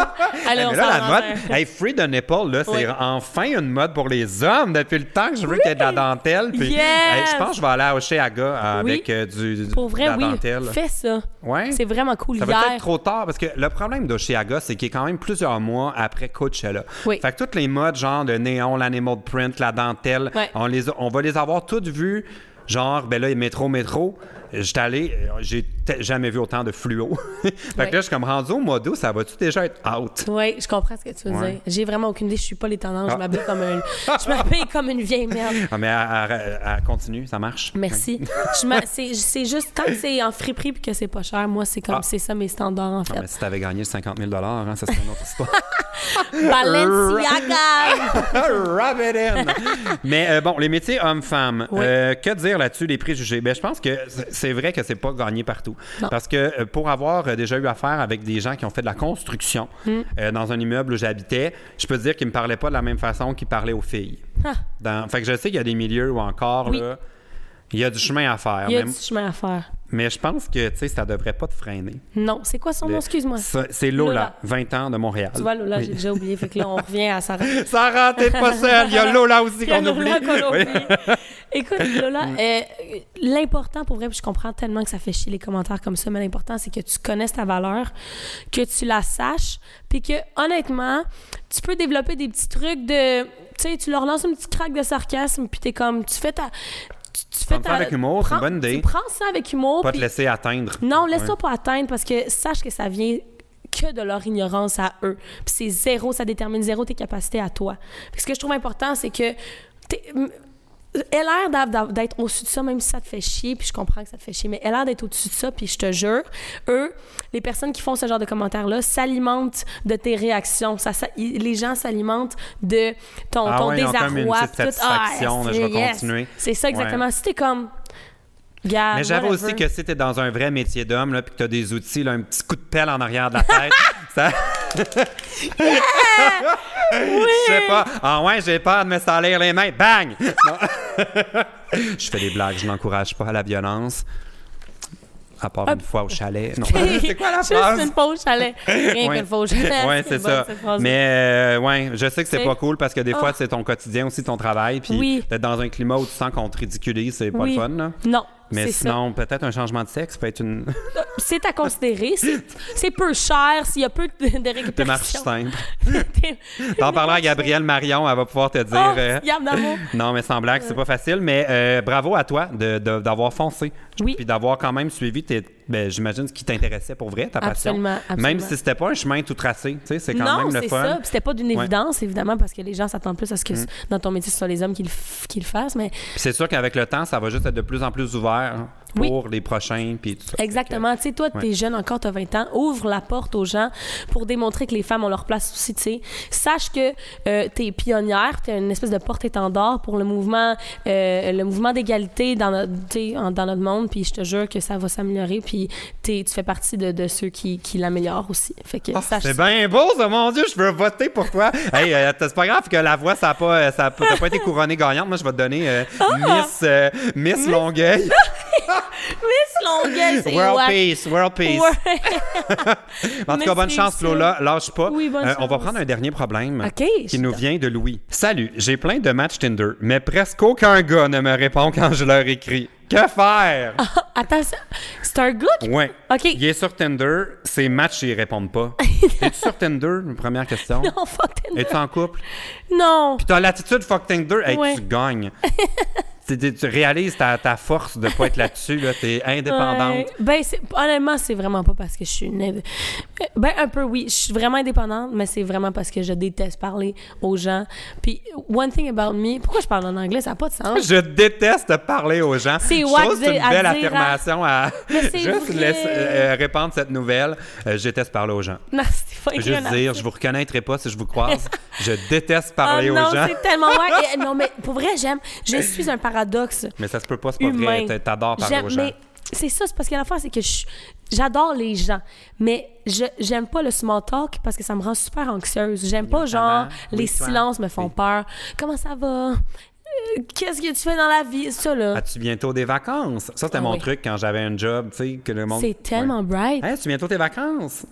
A: Allez,
B: Hey,
A: on
B: mais là,
A: s'en
B: la
A: va.
B: mode, hey, Free the Nipple, là, c'est
A: Oui.
B: enfin une mode pour les hommes depuis le temps que je veux qu'il y ait de la dentelle. Puis,
A: Yes!
B: hey, je pense que je vais aller à Oshéaga
A: Oui.
B: avec euh, du, du-
A: Pour
B: de
A: vrai,
B: la
A: oui.
B: dentelle.
A: Fais ça.
B: Ouais.
A: C'est vraiment cool.
B: Ça va
A: Hier,
B: être trop tard parce que le problème d'Oshiaga, c'est qu'il est quand même plusieurs mois après Coachella.
A: Oui.
B: Fait que toutes les modes, genre le néon, l'animal print, la dentelle,
A: Ouais.
B: on, les a- on va les avoir toutes vues. Genre, ben là, il y a métro, métro. J'étais allé, euh, j'ai t- jamais vu autant de fluo. fait
A: Ouais.
B: que là, je suis comme rendu au mois d'août, ça va-tu déjà être out?
A: Oui, je comprends ce que tu veux
B: Ouais.
A: dire. J'ai vraiment aucune idée. Je suis pas les tendances.
B: Ah.
A: Je m'habille comme un, je m'habille comme une vieille merde.
B: Ah, mais elle- elle- elle continue, ça marche.
A: Merci. Je m'en- c'est- c'est juste quand c'est en friperie puis que c'est pas cher, moi c'est comme
B: Ah.
A: c'est ça mes standards en
B: Ah, mais
A: fait.
B: si t'avais gagné le 50 000 hein, ça serait une autre histoire.
A: Balenciaga.
B: Rub it in. Mais euh, bon, les métiers hommes-femmes,
A: Oui.
B: euh, que dire là-dessus, les préjugés? Ben, je pense que c- c'est vrai que c'est pas gagné partout.
A: Non.
B: Parce que euh, pour avoir euh, déjà eu affaire avec des gens qui ont fait de la construction
A: Hmm.
B: euh, dans un immeuble où j'habitais, je peux te dire qu'ils me parlaient pas de la même façon qu'ils parlaient aux filles.
A: Ah,
B: Dans- Fait que je sais qu'il y a des milieux où encore,
A: Oui.
B: là, il y a du chemin à faire.
A: il y a
B: mais,
A: du chemin à faire.
B: mais je pense que, tu sais, ça devrait pas te freiner.
A: Non, c'est quoi son
B: Le-
A: nom Excuse-moi.
B: Ça, C'est Lola,
A: Lola.
B: 20 ans de Montréal.
A: Tu vois Lola,
B: Oui.
A: j'ai déjà oublié. Fait que là on revient à Sarah.
B: Sarah, t'es pas seule. Il y a Lola aussi
A: Il y a
B: qu'on oublie.
A: Lola qu'on
B: Oui.
A: oublie. Écoute, Lola, euh, l'important pour vrai, puis je comprends tellement que ça fait chier les commentaires comme ça, mais l'important, c'est que tu connaisses ta valeur, que tu la saches, puis que, honnêtement, tu peux développer des petits trucs de. Tu sais, tu leur lances une petite craque de sarcasme, puis t'es comme. Tu fais ta. Tu, tu fais
B: Prendre ça avec humour, c'est une bonne idée.
A: Tu prends ça avec humour.
B: Pas te
A: puis-
B: laisser atteindre.
A: non,
B: Ouais.
A: laisse-toi pas atteindre parce que sache que ça vient que de leur ignorance à eux. Puis c'est zéro, ça détermine zéro tes capacités à toi. Fait que ce que je trouve important, c'est que t'es- m- elle a l'air d'av- d'av- d'être au-dessus de ça, même si ça te fait chier, puis je comprends que ça te fait chier, mais elle a l'air d'être au-dessus de ça, puis je te jure, eux, les personnes qui font ce genre de commentaires-là s'alimentent de tes réactions. Ça, ça- i- les gens s'alimentent de ton,
B: Ah
A: ton
B: ouais, ils ont
A: désarroi.
B: comme une petite
A: puis tout. Ah,
B: satisfaction de je vais
A: yes.
B: continuer.
A: C'est ça,
B: Ouais.
A: exactement. Si t'es comme... Garde,
B: Mais j'avoue
A: whatever.
B: aussi que si t'es dans un vrai métier d'homme, là, puis que t'as des outils, là, un petit coup de pelle en arrière de la tête, ça. Je sais pas. Ah ouais, j'ai peur de me salir les mains. Bang! Non. je fais des blagues, je n'encourage pas à la violence. à part une fois au chalet. Non, c'est quoi la
A: Juste
B: phrase?
A: une fausse chalet. Rien
B: Ouais.
A: qu'une fausse chalet.
B: Ouais, c'est
A: bonne,
B: ça.
A: cette phrase-là.
B: Mais euh, ouais, je sais que c'est
A: T'sais.
B: pas cool parce que des
A: Ah.
B: fois, c'est ton quotidien aussi, ton travail. Puis
A: Oui.
B: d'être dans un climat où tu sens qu'on te ridiculise, c'est pas
A: Oui.
B: le fun. Là.
A: Non.
B: Mais
A: c'est ça.
B: sinon, peut-être un changement de sexe peut être une
A: C'est à considérer. C'est c'est peu cher s'il y a peu de, de
B: démarche
A: récupération.
B: simple.
A: T'es-
B: T'en parleras à Gabrielle Marion, elle va pouvoir te dire.
A: Oh,
B: euh,
A: Yann Darroze.
B: Non, mais sans blague, c'est pas facile. Mais euh, bravo à toi de- de- d'avoir foncé.
A: Oui.
B: Puis d'avoir quand même suivi, tes- ben, j'imagine, ce qui t'intéressait pour vrai, ta passion.
A: Absolument, absolument.
B: Même si c'était pas un chemin tout tracé, tu sais, c'est quand
A: non,
B: même
A: c'est
B: le fun.
A: ça. Puis C'était pas d'une
B: Ouais. Mm.
A: évidence, évidemment, parce que les gens s'attendent plus à ce que c- dans ton métier, ce soit les hommes qui le, f- qui le fassent. Mais
B: Puis c'est sûr qu'avec le temps, ça va juste être de plus en plus ouvert
A: Oui.
B: pour les prochains. Puis tout ça.
A: Exactement. Tu sais, toi, t'es jeune encore, t'as 20 ans. Ouvre la porte aux gens pour démontrer que les femmes ont leur place aussi, tu sais. Sache que euh, t'es pionnière, t'es une espèce de porte-étendard pour le mouvement, euh, le mouvement d'égalité dans notre, tu sais, en- dans notre monde. Puis je te jure que ça va s'améliorer. Puis t'es- tu fais partie de, de ceux qui, qui l'améliorent aussi. Fait que
B: Ah,
A: sache
B: c'est bien beau, ça, mon Dieu, je veux voter pour toi. hey, euh, c'est pas grave que la voix, ça n'a pas, euh, ça a pas- t'as pas été couronnée gagnante. Moi, je vais te donner euh,
A: Ah!
B: Miss, euh, Miss Longueuil.
A: Miss Longueuil, c'est
B: World
A: what?
B: Peace, World Peace.
A: Ouais.
B: En tout cas, bonne
A: Merci,
B: chance,
A: monsieur.
B: Lola. Lâche pas. Euh,
A: Oui, bonne
B: On va
A: chance.
B: prendre un dernier problème
A: OK,
B: qui
A: je
B: nous
A: t'en-
B: vient de Louis. Salut, j'ai plein de matchs Tinder, mais presque aucun gars ne me répond quand je leur écris. Que faire?
A: Attends, ça- c'est un gars qui-
B: Ouais.
A: OK.
B: Il est sur Tinder, ses matchs, ils répondent pas. Es-tu sur Tinder? Première question.
A: Non, fuck Tinder.
B: Es-tu en couple?
A: Non.
B: Puis t'as l'attitude fuck Tinder, hey,
A: Ouais.
B: tu gagnes. Tu- tu tu réalises ta, ta force de pas être là-dessus, là. T'es indépendante.
A: Ouais. Ben, c'est- honnêtement, c'est vraiment pas parce que je suis une... ind- Ben, un peu, oui. Je suis vraiment indépendante, mais c'est vraiment parce que je déteste parler aux gens. Puis, one thing about me... Pourquoi je parle en anglais? Ça n'a pas de sens.
B: Je déteste parler aux gens.
A: C'est
B: Je
A: wack
B: trouve que c'est
A: de-
B: une
A: à
B: belle
A: dire, hein.
B: affirmation à
A: Mais c'est
B: juste
A: vrai.
B: laisse- euh, répandre cette nouvelle. Euh, je déteste parler aux gens.
A: Non, c'est pas
B: Juste dire, je vous reconnaîtrai pas si je vous croise. je déteste
A: Ah
B: parler
A: Oh non,
B: aux gens.
A: c'est tellement vrai. Et- Non, mais pour vrai, j'aime. Je suis un paradoxe.
B: Mais ça se peut pas, c'est pas
A: humain.
B: vrai. T'a- T'adores parler
A: J'aime-
B: aux gens.
A: Mais c'est ça, c'est parce que la fois, c'est que je- j'adore les gens, mais je j'aime pas le small talk parce que ça me rend super anxieuse. J'aime pas,
B: ça
A: genre,
B: va?
A: les
B: Oui, toi?
A: silences me font
B: Oui.
A: peur. Comment ça va? Euh, Qu'est-ce que tu fais dans la vie? Ça, là,
B: As-tu bientôt des vacances? Ça, c'était
A: Ah
B: mon
A: oui.
B: truc quand j'avais un job, tu sais, que le monde.
A: c'est tellement
B: Ouais.
A: bright.
B: Hey, as-tu bientôt tes vacances?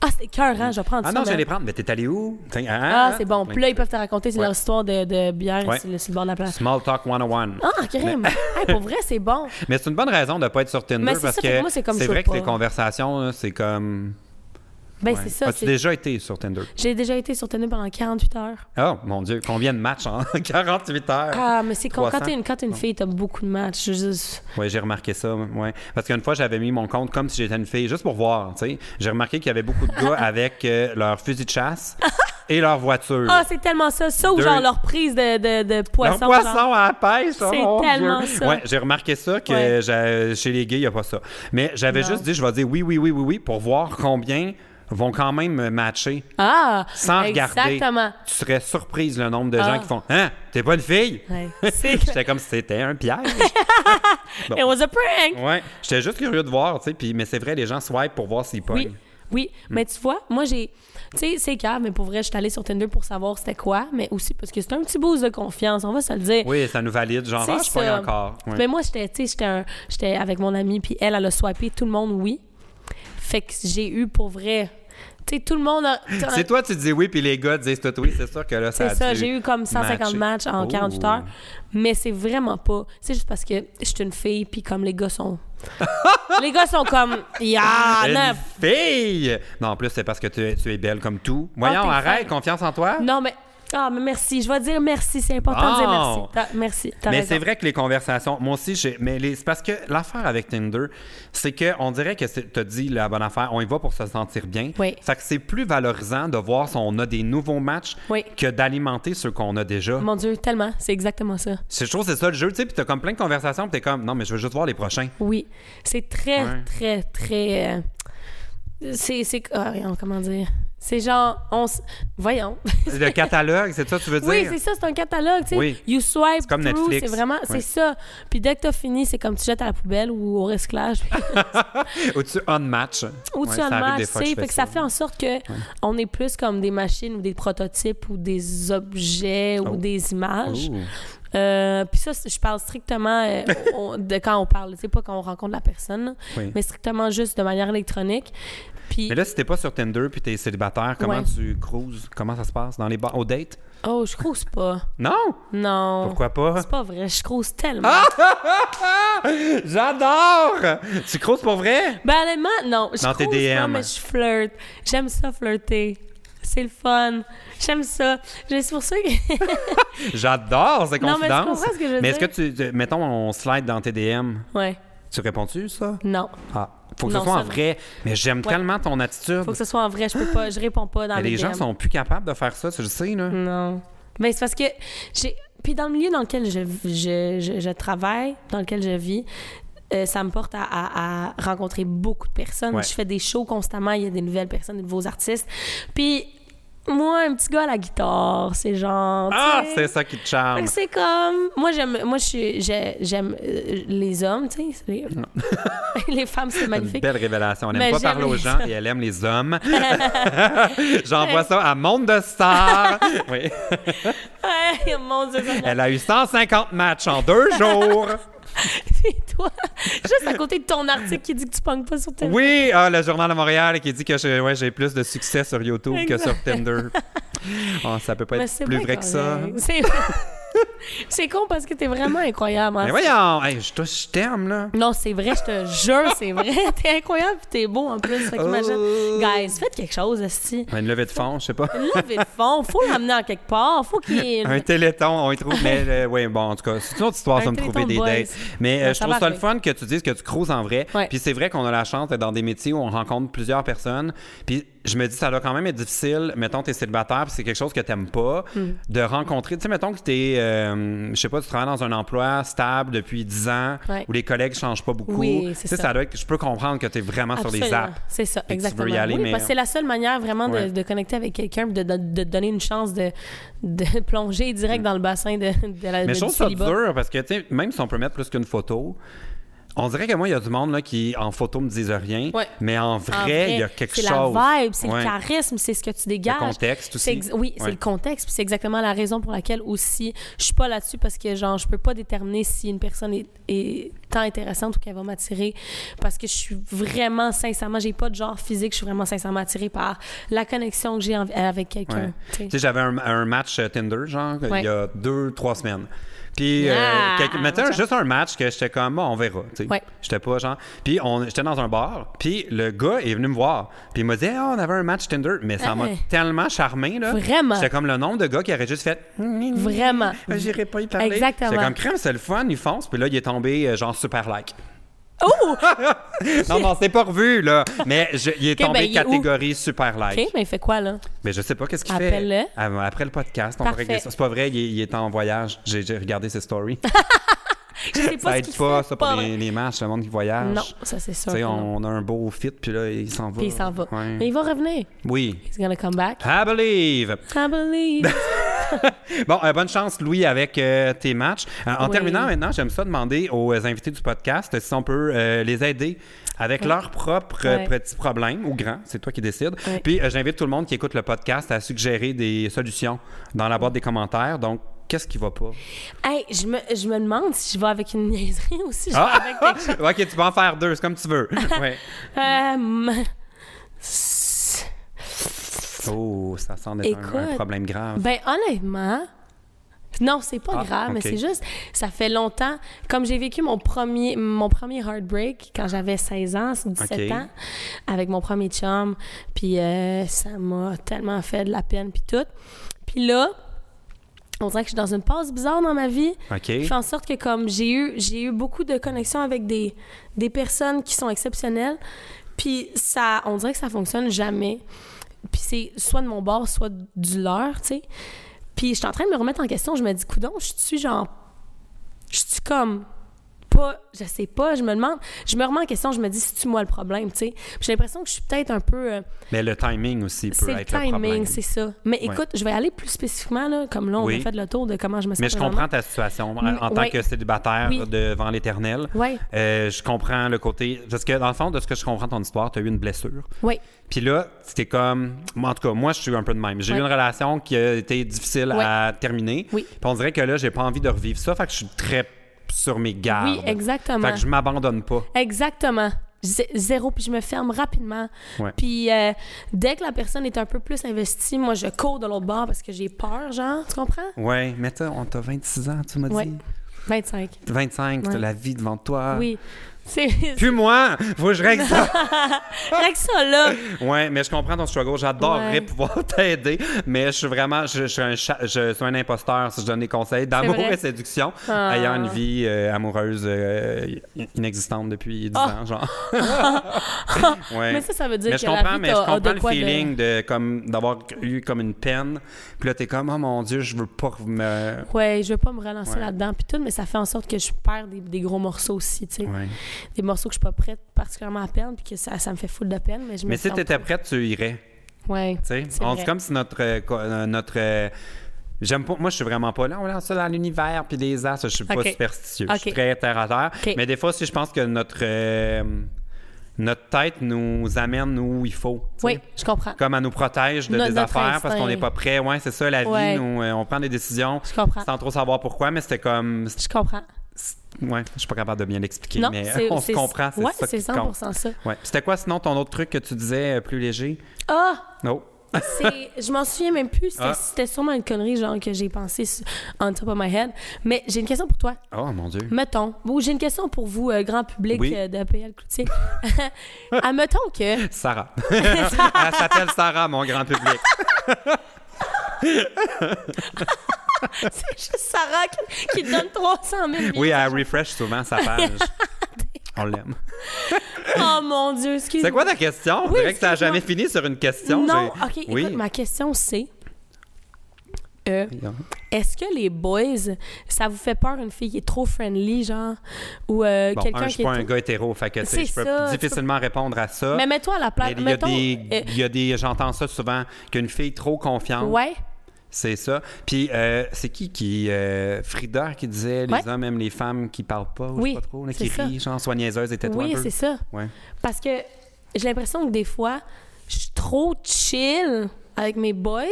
A: Ah, c'est cœur, hein? Je vais prendre
B: Ah
A: ça.
B: non, je
A: mais-
B: vais les prendre. Mais t'es hein? allé où? Tiens,
A: Ah, c'est bon.
B: plein
A: Puis
B: de
A: là, ils
B: trucs.
A: peuvent te raconter c'est
B: Ouais.
A: leur histoire de, de bière
B: Ouais.
A: sur, le, sur le bord de la plage.
B: Small Talk 101.
A: Ah, crème! Hey, pour vrai, c'est bon.
B: Mais c'est une bonne raison de ne pas être sur Tinder
A: Mais c'est
B: parce
A: ça, fait que
B: que
A: moi, c'est comme je
B: vrai
A: veux
B: que
A: pas.
B: les conversations, là, c'est comme.
A: Ben,
B: ouais.
A: c'est ça.
B: As-tu
A: c'est-
B: déjà été sur Tinder?
A: J'ai déjà été sur Tinder pendant 48 heures.
B: Oh mon Dieu, combien de matchs en 48 heures?
A: Ah, mais c'est con. quand
B: 300.
A: t'es une, quand t'es une fille, t'as beaucoup de matchs. Je juste-
B: Oui, j'ai remarqué ça. Ouais. Parce qu'une fois, j'avais mis mon compte comme si j'étais une fille, juste pour voir. tu sais. J'ai remarqué qu'il y avait beaucoup de gars avec euh, leur fusil de chasse et leur voiture.
A: Ah, c'est tellement ça. Ça ou
B: Deux.
A: genre leur prise de, de, de
B: leur
A: poisson.
B: poisson
A: genre.
B: à la pêche, oh
A: C'est
B: mon
A: tellement
B: Dieu.
A: ça.
B: Ouais, j'ai remarqué ça que
A: Ouais.
B: j'a- chez les gays, il n'y a pas ça. Mais j'avais
A: Non.
B: juste dit, je vais dire oui, oui, oui, oui, oui, pour voir combien vont quand même matcher.
A: Ah,
B: sans regarder.
A: exactement.
B: Tu serais surprise le nombre de gens
A: Ah.
B: qui font Hein, t'es pas une fille?
A: Ouais, c'est-
B: J'étais comme si c'était un piège. Bon.
A: It was a prank.
B: Ouais. J'étais juste curieux de voir, tu sais. Puis, mais c'est vrai, les gens swipe pour voir s'ils pognent.
A: Oui. Oui,
B: Mm.
A: mais tu vois, moi j'ai. Tu sais, c'est calme, mais pour vrai, je suis allée sur Tinder pour savoir c'était quoi, mais aussi parce que c'est un petit boost de confiance, on va se le dire.
B: Oui, ça nous valide. Genre,
A: C'est
B: ah, je pogne
A: ça.
B: encore. Ouais.
A: Mais moi, j'étais, tu sais, j'étais un- j'étais avec mon amie, puis elle, elle a swipé tout le monde, oui. Fait que j'ai eu pour vrai. Tu sais, tout le monde a.
B: C'est toi, tu dis oui, puis les gars disent tout oui. C'est sûr que là, ça a
A: C'est ça,
B: dû
A: j'ai eu comme 150
B: matcher.
A: matchs en
B: Oh.
A: 48 heures. Mais c'est vraiment pas. C'est juste parce que je suis une fille, puis comme les gars sont. les gars sont comme.
B: Une
A: Yeah, neuf.
B: fille! Non, en plus, c'est parce que tu es, tu es belle comme tout. Voyons,
A: Ah, t'es
B: arrête,
A: fin.
B: confiance en toi.
A: Non, mais. Ah, mais merci. Je vais dire merci. C'est important de dire merci.
B: Bon.
A: T'as- merci. t'as
B: Mais
A: raison.
B: c'est vrai que les conversations, moi aussi, j'ai, mais les- c'est parce que l'affaire avec Tinder, c'est que on dirait que tu as dit la bonne affaire, on y va pour se sentir bien.
A: Oui.
B: Fait que c'est plus valorisant de voir si on a des nouveaux matchs
A: Oui.
B: que d'alimenter ceux qu'on a déjà.
A: Mon Dieu, tellement. C'est exactement ça.
B: C'est, je trouve que c'est ça le jeu, tu sais, puis t'as comme plein de conversations, puis t'es comme, non, mais je veux juste voir les prochains.
A: Oui. C'est très,
B: Ouais.
A: très, très. euh, C'est. c'est- ah, voyons, comment dire? C'est genre. On s- Voyons.
B: C'est le catalogue, c'est ça que tu veux dire?
A: Oui, c'est ça, c'est un catalogue, tu sais.
B: Oui.
A: You swipe
B: comme
A: through,
B: Netflix.
A: c'est vraiment,
B: Oui.
A: c'est ça. Puis dès que t'as fini, c'est comme tu jettes à la poubelle ou au recyclage,
B: Ou tu on match.
A: ou
B: Ouais,
A: tu
B: ça
A: en
B: arrive
A: manges,
B: des
A: tu
B: fois que je
A: sais.
B: fais
A: Fait que ça
B: ça.
A: fait en sorte que on est plus comme des machines ou des prototypes ou des objets ou
B: Oh.
A: des images.
B: Ouh.
A: Euh, puis ça, c'est- je parle strictement euh, on- de quand on parle, tu sais, pas quand on rencontre la personne,
B: Oui.
A: mais strictement juste de manière électronique. Puis,
B: Mais là, si t'es pas sur Tinder puis t'es célibataire, comment
A: Ouais.
B: tu cruises? Comment ça se passe dans les bars? Au date?
A: oh, je crouse pas.
B: Non!
A: Oh. Non.
B: Pourquoi Ah! pas?
A: C'est pas vrai, je crouse tellement.
B: J'adore! Tu cruises pour vrai?
A: Ben, honnêtement, non. Je
B: Dans tes
A: crouse pas,
B: DM.
A: mais je flirte. J'aime ça flirter. C'est le fun. J'aime ça. Je- C'est pour ça que.
B: J'adore ces
A: Non,
B: confidences.
A: mais tu comprends ce que je veux
B: Mais est-ce
A: dire?
B: que tu- tu. Mettons, on slide dans tes DM.
A: ouais.
B: Tu réponds-tu, ça?
A: Non.
B: Ah. Faut que
A: Non,
B: ce soit
A: ça,
B: en vrai. Mais j'aime tellement ton attitude.
A: Faut que ce soit en vrai. Je peux pas. Je réponds pas dans
B: Mais les gens
A: DM.
B: sont plus capables de faire ça, tu le sais, là.
A: Non. Ben, c'est parce que j'ai. Puis dans le milieu dans lequel je, je, je, je travaille, dans lequel je vis, euh, ça me porte à, à- à rencontrer beaucoup de personnes.
B: Ouais.
A: Je fais des shows constamment, il y a des nouvelles personnes, des nouveaux artistes. Puis moi, un petit gars à la guitare, c'est genre.
B: Ah,
A: tu sais.
B: c'est ça qui te charme.
A: Fait que C'est comme moi j'aime moi je suis- j'ai- j'aime euh, les hommes tu sais les, les femmes c'est
B: Une
A: magnifique
B: belle révélation. Elle
A: Mais
B: n'aime pas
A: j'aime
B: parler aux
A: les
B: gens et elle aime les hommes. J'envoie ça à Monde de Stars. Oui.
A: Ouais, oh mon dieu ça me-
B: Elle a eu 150 matchs en deux jours.
A: Et toi juste à côté de ton article qui dit que tu ponges pas sur tel
B: Oui, ah, le Journal de Montréal qui dit que je- ouais, j'ai plus de succès sur YouTube que sur Tinder. Ah, ça peut pas
A: Mais
B: être
A: c'est
B: plus
A: bien
B: vrai que ça.
A: correct. C'est c'est con parce que t'es vraiment incroyable hein.
B: Mais voyons, hey, je, te- je t'aime, là.
A: non c'est vrai je te jure c'est vrai t'es incroyable puis t'es beau en plus fait qu'imagine
B: Oh.
A: guys faites quelque chose esti
B: Une levée de fond, je sais pas.
A: Une levée de fond faut l'amener en quelque part faut qu'il y ait une-
B: Un téléthon, on y trouve. Mais euh, ouais, bon, en tout cas, c'est une autre histoire,
A: Un
B: ça me trouver des
A: téléthon de
B: dates.
A: boys.
B: Mais euh,
A: Ben,
B: je
A: ça
B: trouve
A: va
B: ça le
A: arriver.
B: fun que tu dises que tu creuses en vrai.
A: Ouais.
B: Puis c'est vrai qu'on a la chance d'être dans des métiers où on rencontre plusieurs personnes. Puis je me dis, ça doit quand même être difficile. Mettons, t'es célibataire, puis c'est quelque chose que t'aimes pas,
A: Mm.
B: de rencontrer. Tu sais, mettons que t'es, euh, je sais pas, tu travailles dans un emploi stable depuis 10 ans,
A: Ouais.
B: où les collègues changent pas beaucoup.
A: Oui,
B: tu
A: c'est
B: sais,
A: ça.
B: ça doit être, je peux comprendre que t'es vraiment sur les
A: Absolument.
B: apps.
A: C'est ça,
B: tu veux y
A: exactement.
B: aller,
A: Oui,
B: mais-
A: parce que c'est la seule manière vraiment de,
B: Ouais.
A: de connecter avec quelqu'un, puis de, de, de donner une chance de, de plonger direct dans le bassin de, de la
B: Mm. Mais
A: du
B: je trouve ça
A: célibat.
B: dur parce que, tu sais, même si on peut mettre plus qu'une photo, on dirait que moi, il y a du monde là, qui, en photo, me disent rien.
A: Ouais.
B: Mais en
A: En
B: vrai, il y a quelque chose.
A: C'est la vibe, c'est
B: Ouais.
A: le charisme, c'est ce que tu dégages.
B: contexte aussi.
A: C'est ex- Oui,
B: Ouais.
A: c'est le contexte. puis C'est exactement la raison pour laquelle aussi je suis pas là-dessus parce que genre je peux pas déterminer si une personne est, est tant intéressante ou qu'elle va m'attirer parce que je suis vraiment sincèrement, j'ai pas de genre physique, je suis vraiment sincèrement attirée par la connexion que j'ai envi- avec quelqu'un.
B: Ouais.
A: tu sais.
B: Tu sais, j'avais un, un match euh, Tinder, genre, il
A: Ouais.
B: y a deux, trois semaines. Puis, euh,
A: Ah,
B: quelqu'un- mettons
A: bonjour.
B: juste un match que j'étais comme, bon, on verra. tu sais.
A: Ouais.
B: J'étais pas genre. Puis, on- j'étais dans un bar, puis le gars est venu me voir. Puis, il m'a dit, Ah, on avait un match Tinder. Mais ça m'a
A: Hey.
B: tellement charmé, là.
A: Ah. Vraiment.
B: J'étais comme le nombre de gars qui auraient juste fait.
A: Vraiment.
B: Ah, J'irai pas y parler.
A: Exactement.
B: J'étais comme crème, c'est le fun, il fonce. Puis là, il est tombé, euh, genre, super like.
A: Oh!
B: Non, non, c'est pas revu, là. Mais je- il est
A: Ok,
B: tombé
A: ben, il est où?
B: catégorie super like.
A: OK, mais il fait quoi, là?
B: Mais je sais pas qu'est-ce qu'il
A: Appelle-le.
B: fait. Avant- Après le podcast, on va
A: Parfait.
B: régler ça. C'est pas vrai, il, est- il est en voyage. J'ai j'ai regardé ses stories.
A: Je sais pas
B: ça
A: ce
B: aide
A: qu'il
B: pas,
A: fait,
B: ça, pour
A: pas vrai.
B: les, les matchs, le monde qui voyage.
A: Non, ça, c'est sûr
B: Tu sais,
A: que non.
B: on, on a un beau fit, puis là, il s'en va.
A: Puis il s'en va.
B: Ouais.
A: Mais il va revenir.
B: Oui.
A: He's gonna come back.
B: I believe.
A: I believe.
B: Bon, euh, bonne chance, Louis, avec euh, tes matchs. Euh, en
A: Oui.
B: terminant maintenant, j'aime ça demander aux invités du podcast euh, si on peut euh, les aider avec leurs propres euh,
A: Ouais.
B: petits problèmes ou grands, c'est toi qui décides.
A: Ouais.
B: Puis euh, j'invite tout le monde qui écoute le podcast à suggérer des solutions dans la boîte des commentaires. Donc, qu'est-ce qui va pas?
A: hey, je me, je me demande si je vais avec une niaiserie ou si je vais
B: Ah!
A: avec quelque chose.
B: ok, tu peux en faire deux, c'est comme tu veux. Ouais.
A: Euh, c'est-
B: Oh, ça semble être un- un,
A: Écoute.
B: problème grave.
A: ben, honnêtement, non, c'est pas
B: Ah,
A: grave, mais
B: ok.
A: c'est juste, ça fait longtemps. Comme j'ai vécu mon premier, mon premier heartbreak quand j'avais 16 ans, 17
B: Ok.
A: ans, avec mon premier chum, puis euh, ça m'a tellement fait de la peine, puis tout. Puis là, on dirait que je suis dans une passe bizarre dans ma vie.
B: Ok.
A: qui fait en sorte que comme j'ai eu j'ai eu beaucoup de connexions avec des des personnes qui sont exceptionnelles puis ça on dirait que ça fonctionne jamais puis c'est soit de mon bord soit du leur tu sais puis je suis en train de me remettre en question je me dis coudon je suis genre je suis comme pas, je sais pas, je me demande, je me remets en question, je me dis, c'est-tu moi le problème, tu sais? Puis J'ai l'impression que je suis peut-être un peu... euh,
B: Mais le timing aussi peut
A: c'est le
B: être le problème.
A: timing, c'est ça. Mais écoute, je vais aller plus spécifiquement, là, comme là, on
B: Oui.
A: a fait le tour de comment je me sens
B: Mais je
A: présentement.
B: comprends ta situation en, en tant
A: Mm, ouais.
B: que célibataire
A: Oui.
B: devant l'éternel.
A: Ouais.
B: Euh, je comprends le côté. Parce que, dans le fond, de ce que je comprends de ton histoire, tu as eu une blessure.
A: Oui,
B: Puis là, c'était comme. moi, En tout cas, moi, je suis un peu de même. J'ai eu
A: Ouais.
B: une relation qui a été difficile
A: Ouais.
B: à terminer.
A: Oui.
B: Puis on dirait que là, j'ai pas envie de revivre ça. Fait que je suis très sur mes gardes.
A: Oui, exactement.
B: Ah, Fait que je m'abandonne pas.
A: exactement. Zé- Zéro, puis je me ferme rapidement.
B: Ouais.
A: Puis euh, dès que la personne est un peu plus investie, moi, je cours de l'autre bord parce que j'ai peur, genre, tu comprends?
B: Ouais, mais t'as, on t'a 26 ans, tu m'as
A: Ouais.
B: dit.
A: 25.
B: 25, t'as
A: Ouais.
B: la vie devant toi.
A: Oui. C'est c'est
B: Ah. Puis moi, faut que je règle ça.
A: vrai que ça, là.
B: Ouais, mais je comprends ton struggle. J'adorerais
A: Ouais.
B: pouvoir t'aider, mais je suis vraiment, je, je suis un cha- je suis un imposteur si je donne des conseils d'amour
A: vrai.
B: et séduction,
A: Ah.
B: ayant une vie euh, amoureuse euh, inexistante depuis 10 ans, genre. Ouais.
A: Ah. Mais ça, ça veut dire
B: Mais je
A: que la
B: comprends,
A: vie
B: mais je
A: t'a- a
B: comprends
A: de
B: le
A: quoi de-
B: feeling de comme d'avoir eu comme une peine. Puis là, t'es comme, oh mon dieu, je veux pas me.
A: Ouais, je veux pas me relancer
B: Ouais.
A: là-dedans, puis tout, mais ça fait en sorte que je perds des, des gros morceaux aussi, tu sais.
B: Ouais.
A: Des morceaux que je suis pas prête particulièrement à perdre, puis que ça, ça me fait full de peine, mais je me
B: Mais si
A: ferme
B: t'étais prête, tu irais.
A: pas. Ouais.
B: Tu sais,
A: C'est
B: on-
A: vrai.
B: c'est comme si notre. euh, co- euh, notre euh, J'aime pas, moi, je suis vraiment pas là. On lance ça dans l'univers puis les astres. Je suis pas
A: Ok.
B: superstitieux. Je suis
A: Ok.
B: très terre à terre.
A: Ok.
B: Mais des fois, si je pense que notre, euh, notre tête nous amène où il faut. tu sais.
A: Oui, je comprends.
B: Comme elle nous protège de
A: No-
B: des
A: notre
B: affaires parce
A: instinct.
B: qu'on n'est pas prêt. Ouais, c'est ça, la
A: Ouais.
B: vie. nous, euh, on prend des décisions
A: Je comprends.
B: sans trop savoir pourquoi, mais c'était comme.
A: Je comprends.
B: Ouais, je suis pas capable de bien l'expliquer,
A: Non,
B: mais
A: c'est
B: on se
A: c'est-
B: comprend. C'est
A: ouais,
B: ça
A: c'est
B: qui compte.
A: 100% ça.
B: Ouais. C'était quoi, sinon, ton autre truc que tu disais euh, plus léger?
A: Ah!
B: Non.
A: C'est- je m'en souviens même plus. C'était
B: Ah.
A: c'était sûrement une connerie, genre, que j'ai pensé su- on top of my head. Mais j'ai une question pour toi.
B: Oh, mon Dieu.
A: Mettons, ou j'ai une question pour vous, euh, grand public
B: Oui.
A: euh, de PL Cloutier. Admettons que.
B: Sarah. Elle s'appelle Sarah, mon grand public.
A: C'est juste Sarah qui, qui te donne 300 000
B: Oui, elle refresh souvent sa page. On l'aime.
A: Oh mon Dieu, excuse-moi.
B: C'est quoi ta question? On
A: Oui,
B: dirait que ça n'a
A: excuse-moi.
B: jamais fini sur une question.
A: Non,
B: j'ai-
A: ok,
B: Oui.
A: écoute, ma question c'est. euh,
B: Voyons.
A: Est-ce que les boys, ça vous fait peur une fille qui est trop friendly, genre, ou euh,
B: Bon, un,
A: quelqu'un
B: je suis
A: qui
B: pas
A: est.
B: un gars hétéro, fait que tu sais,
A: C'est
B: je peux
A: ça, tu
B: difficilement répondre à ça.
A: Mais mets-toi à la place.
B: Mais il y a
A: mettons,
B: des,
A: euh,
B: il y a des, j'entends ça souvent, qu'une fille trop confiante,
A: ouais.
B: c'est ça. Puis euh, c'est qui qui, euh, Frida qui disait, les
A: Ouais.
B: hommes aiment les femmes qui parlent pas, ou je
A: Oui,
B: sais pas trop, là,
A: c'est
B: qui
A: ça.
B: rient, genre sois niaiseuse et tais-toi un
A: Oui,
B: peu.
A: c'est ça.
B: Ouais.
A: Parce que j'ai l'impression que des fois, je suis trop chill avec mes boys.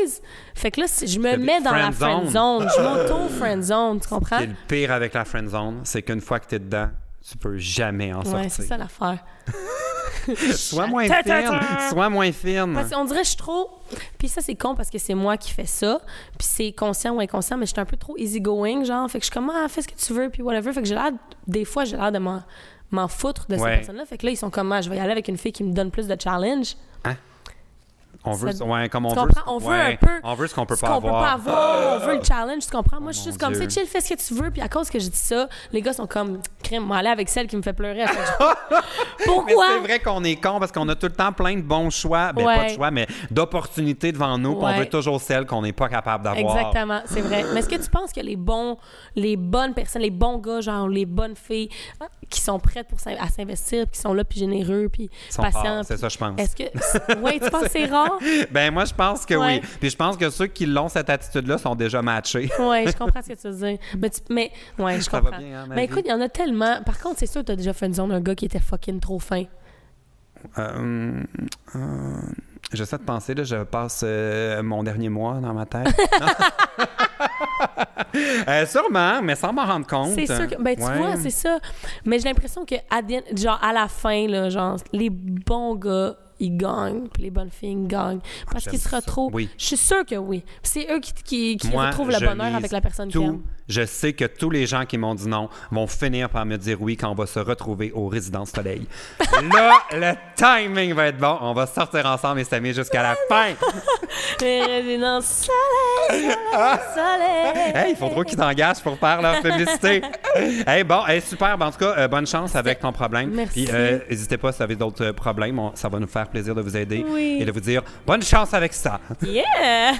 A: Fait que là, si- je me
B: des
A: mets dans la friend
B: friend
A: zone. Je m'auto-friend zone, tu comprends?
B: Et le pire avec la friend zone, c'est qu'une fois que t'es dedans, tu peux jamais en
A: Ouais, c'est ça
B: sortir.
A: l'affaire.
B: Sois moins
A: Ta, ta,
B: fine,
A: ta.
B: sois moins fine.
A: Parce qu'on dirait que je suis trop. Puis ça, c'est con parce que c'est moi qui fais ça. Puis c'est conscient ou inconscient, mais je suis un peu trop easygoing, genre. Fait que je suis comme, ah, fais ce que tu veux, puis whatever. Fait que j'ai l'air. Des fois, j'ai l'air de m'en, m'en foutre de ces
B: Ouais.
A: personnes-là. Fait que là, ils sont comme, ah, je vais y aller avec une fille qui me donne plus de challenge.
B: On veut,
A: ça-
B: ouais, comme on
A: tu
B: veut,
A: comprends? On veut
B: ouais,
A: un peu.
B: On veut ce qu'on peut
A: ce
B: pas
A: qu'on
B: avoir. Oh
A: peut pas avoir, on veut le challenge, tu comprends? Moi, je suis
B: mon
A: juste comme,
B: Dieu.
A: c'est chill, fais ce que tu veux. Puis à cause que j'ai dit ça, les gars sont comme, crime, moi, aller avec celle qui me fait pleurer. à chaque jour.
B: Mais
A: Pourquoi?
B: c'est vrai qu'on est con parce qu'on a tout le temps plein de bons choix, ben pas de
A: Ouais.
B: choix, mais d'opportunités devant nous. puis On
A: Ouais.
B: veut toujours celles qu'on n'est pas capable d'avoir.
A: Exactement, c'est vrai. Mais est-ce que tu penses que les bons, les bonnes personnes, les bons gars, genre les bonnes filles hein, qui sont prêtes pour s'in- à s'investir, puis qui sont là, puis généreux, puis
B: Ils sont
A: patients,
B: rares, c'est
A: puis-
B: ça, je pense.
A: est-ce que ouais, tu penses que c'est rare
B: Ben moi, je pense que
A: Ouais.
B: oui. Puis je pense que ceux qui l'ont cette attitude-là sont déjà matchés.
A: Ouais, je comprends ce que tu veux dire. Mais tu- mais ouais, je
B: Ça
A: comprends.
B: va bien, hein, ma
A: mais
B: vie.
A: écoute, il y en a tellement. Par contre, c'est sûr tu as déjà fait une zone un gars qui était fucking trop fin.
B: Euh, euh, J'essaie de penser, là, je passe euh, mon dernier mois dans ma tête. Euh, sûrement, mais sans m'en rendre compte.
A: C'est sûr que ben tu
B: hein. Ouais.
A: vois, c'est ça. Mais j'ai l'impression que à the end- genre à la fin là, genre les bons gars ils gagnent, puis les bonnes filles ils gagnent parce
B: j'aime
A: qu'ils se
B: ça.
A: retrouvent.
B: Oui.
A: Je suis sûre que oui. Puis C'est eux qui, qui, qui
B: Moi,
A: retrouvent le
B: je
A: bonheur
B: lis
A: avec la personne qu'ils
B: tout.
A: aiment.
B: Je sais que tous les gens qui m'ont dit non vont finir par me dire oui quand on va se retrouver au Résidence Soleil. Là, le timing va être bon. On va sortir ensemble, mes amis, jusqu'à la fin.
A: Les résidents, soleil,
B: Ah!
A: soleil, soleil.
B: Hey, il faut trop qu'ils t'engagent pour faire leur publicité. hey, bon, hey, super. Ben, en tout cas, euh, bonne chance avec ton problème.
A: Merci.
B: Puis, euh, n'hésitez pas si vous avez d'autres euh, problèmes. on- ça va nous faire plaisir de vous aider
A: Oui.
B: et de vous dire bonne chance avec ça.
A: Yeah!